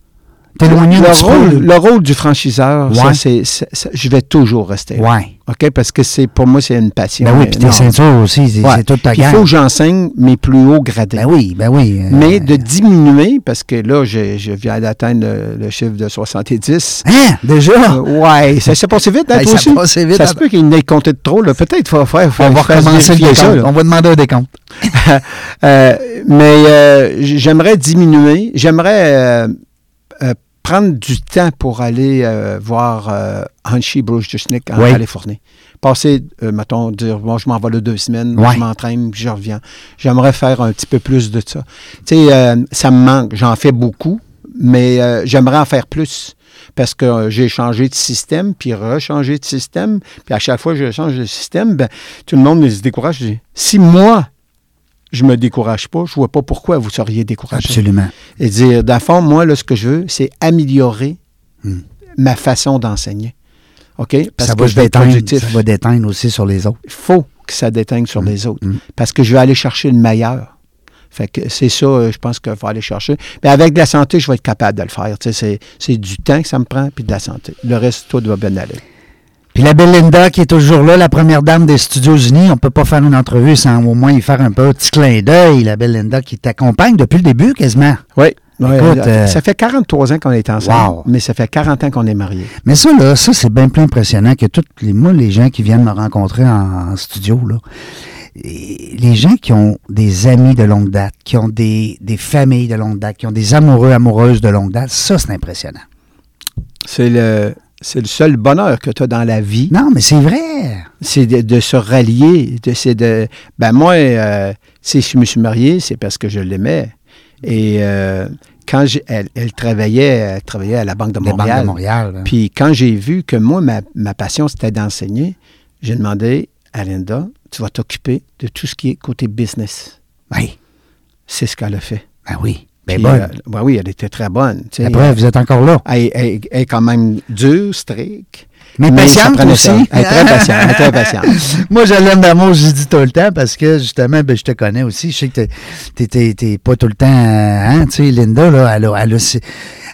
T'éloigner un
Le
petit peu,
rôle, le rôle du franchiseur, ça,
Ouais.
c'est- ça, ça, je vais toujours rester. là.
Ouais.
OK? Parce que c'est pour moi, c'est une passion.
Ben oui,
euh,
puis tes
non.
ceintures aussi, c'est
Ouais.
c'est toute ta
Il faut
gamme.
que j'enseigne mes plus hauts gradés.
Ben oui, ben oui. euh,
Mais de diminuer, parce que là, je, je viens d'atteindre le, le chiffre de 70.
Hein, déjà?
Euh, ouais, ça s'est passé vite, hein,
Hey,
toi
ça
aussi?
a passé vite,
Ça
hein.
se peut qu'il n'ait compté de trop, là. Peut-être, faut faire. faut-
On va
faut
recommencer le
vérifier
décompte.
ça, là.
on va demander un décompte.
Euh, mais euh, j- j'aimerais diminuer. J'aimerais euh, euh, prendre du temps pour aller euh, voir euh, Hanshi Brujusnik en
Oui.
Californie. Passer, euh, mettons, dire, bon, je m'en vais là deux semaines,
Ouais.
je m'entraîne, puis je reviens. J'aimerais faire un petit peu plus de ça. Tu sais, euh, ça me manque. J'en fais beaucoup, mais euh, j'aimerais en faire plus. Parce que euh, j'ai changé de système, puis rechangé de système, puis à chaque fois que je change de système, ben, tout le monde se décourage. Je dis, si moi, je me décourage pas, je vois pas pourquoi vous seriez découragé
Absolument.
et dire, dans le fond, moi, là, ce que je veux, c'est améliorer
Hmm.
ma façon d'enseigner. OK? Parce
ça
que
va
je vais être
déteindre, ça
productif.
va déteindre aussi sur les autres.
Il faut que ça déteigne sur les autres.
Hmm.
Parce que je vais aller chercher le meilleur. Fait que c'est ça, euh, je pense qu'il faut aller chercher. Mais avec de la santé, je vais être capable de le faire. Tu sais, C'est, c'est du temps que ça me prend, puis de la santé. Le reste, tout doit bien aller.
Puis la belle Linda qui est toujours là, la première dame des Studios Unis, on peut pas faire une entrevue sans au moins y faire un peu- petit clin d'œil. La belle Linda qui t'accompagne depuis le début quasiment.
Oui.
Écoute, euh,
ça fait 43 ans qu'on est ensemble,
wow.
mais ça fait 40 ans qu'on est mariés.
Mais ça, là, ça, c'est bien plus impressionnant que tous les, moi, les gens qui viennent me rencontrer en, en studio, là. Et les gens qui ont des amis de longue date, qui ont des, des familles de longue date, qui ont des amoureux, amoureuses de longue date, ça, c'est impressionnant.
C'est le, c'est le seul bonheur que tu as dans la vie.
Non, mais c'est vrai.
c'est de, de se rallier. De, c'est de, ben moi, euh, si je me suis marié, c'est parce que je l'aimais. Et euh, quand j'ai- elle, elle travaillait, elle travaillait à la Banque de
Des
Montréal.
banques de Montréal. là.
Puis quand j'ai vu que moi, ma, ma passion, c'était d'enseigner, j'ai demandé à Linda, tu vas t'occuper de tout ce qui est côté business.
Oui.
C'est ce qu'elle a fait.
Ben oui. Ben
Puis,
bonne.
euh, ben oui, elle était très bonne. tu sais.
Après, euh, vous êtes encore là.
Elle, elle- elle est quand même dure, stricte.
Mais
ça
patiente
prenait
aussi.
ça. Elle est très patiente. Elle est très patiente.
Moi, je l'aime d'amour, je dis tout le temps, parce que justement, ben, je te connais aussi. Je sais que t'es- t'es- t'es t'es pas tout le temps. euh, Hein, tu sais, Linda, là, elle, a, elle, a ses,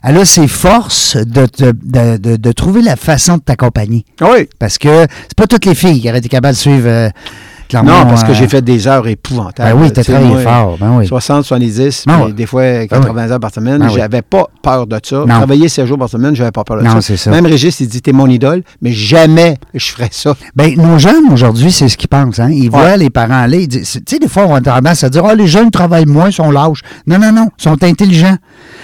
elle a ses forces de, te- de, de, de trouver la façon de t'accompagner.
Oui.
Parce que c'est pas toutes les filles qui auraient été capables de suivre euh, Clermont,
Non, parce
euh,
que j'ai fait des heures épouvantables.
Ben oui,
Tu
t'as
sais,
travaillé
moi,
fort. Ben oui.
60, 70,
Ben
puis
oui.
des fois 80 heures par semaine.
Ben oui.
J'avais pas peur de ça.
Non.
Travailler 7 jours par semaine, j'avais pas peur de
Non,
ça.
c'est ça.
Même Régis, il dit T'es mon idole, mais jamais je ferais ça.
Ben, nos jeunes, aujourd'hui, c'est ce qu'ils pensent. Hein? Ils voient les parents aller. ils disent- Tu sais, des fois, on a tendance à dire Ah, les jeunes travaillent moins, ils sont lâches. Non, non, non. Ils sont intelligents.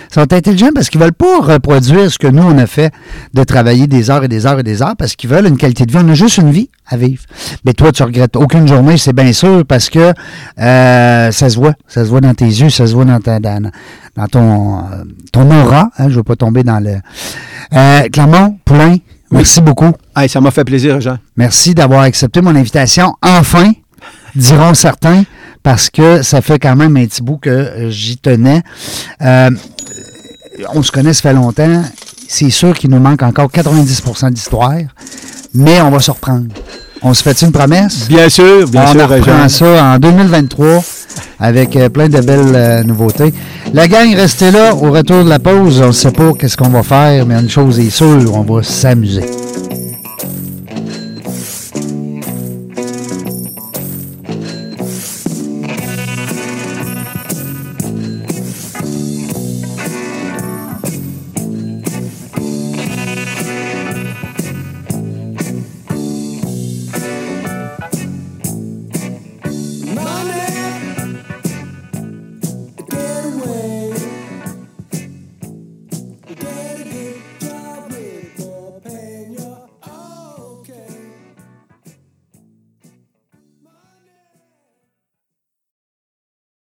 Ils sont intelligents parce qu'ils veulent pas reproduire ce que nous, on a fait de travailler des heures et des heures et des heures parce qu'ils veulent une qualité de vie. On a juste une vie à vivre. Mais toi, tu regrettes aucune journée, c'est bien sûr, parce que euh, ça se voit. Ça se voit dans tes yeux, ça se voit dans, ta, dans, dans ton, euh, ton aura. Hein? Je veux pas tomber dans le. Euh, Clermont, Poulain, merci beaucoup.
Hey, ça m'a fait plaisir, Jean.
Merci d'avoir accepté mon invitation. Enfin, diront certains, parce que ça fait quand même un petit bout que euh, j'y tenais. Euh, on se connaît, ça fait longtemps. C'est sûr qu'il nous manque encore 90 d'histoire, mais on va se reprendre. On se fait une promesse?
Bien sûr, bien
on
sûr,
reprend
Jean.
ça en 2023 avec euh, plein de belles euh, nouveautés. La gang, restez là. Au retour de la pause, on ne sait pas qu'est-ce qu'on va faire, mais une chose est sûre, on va s'amuser.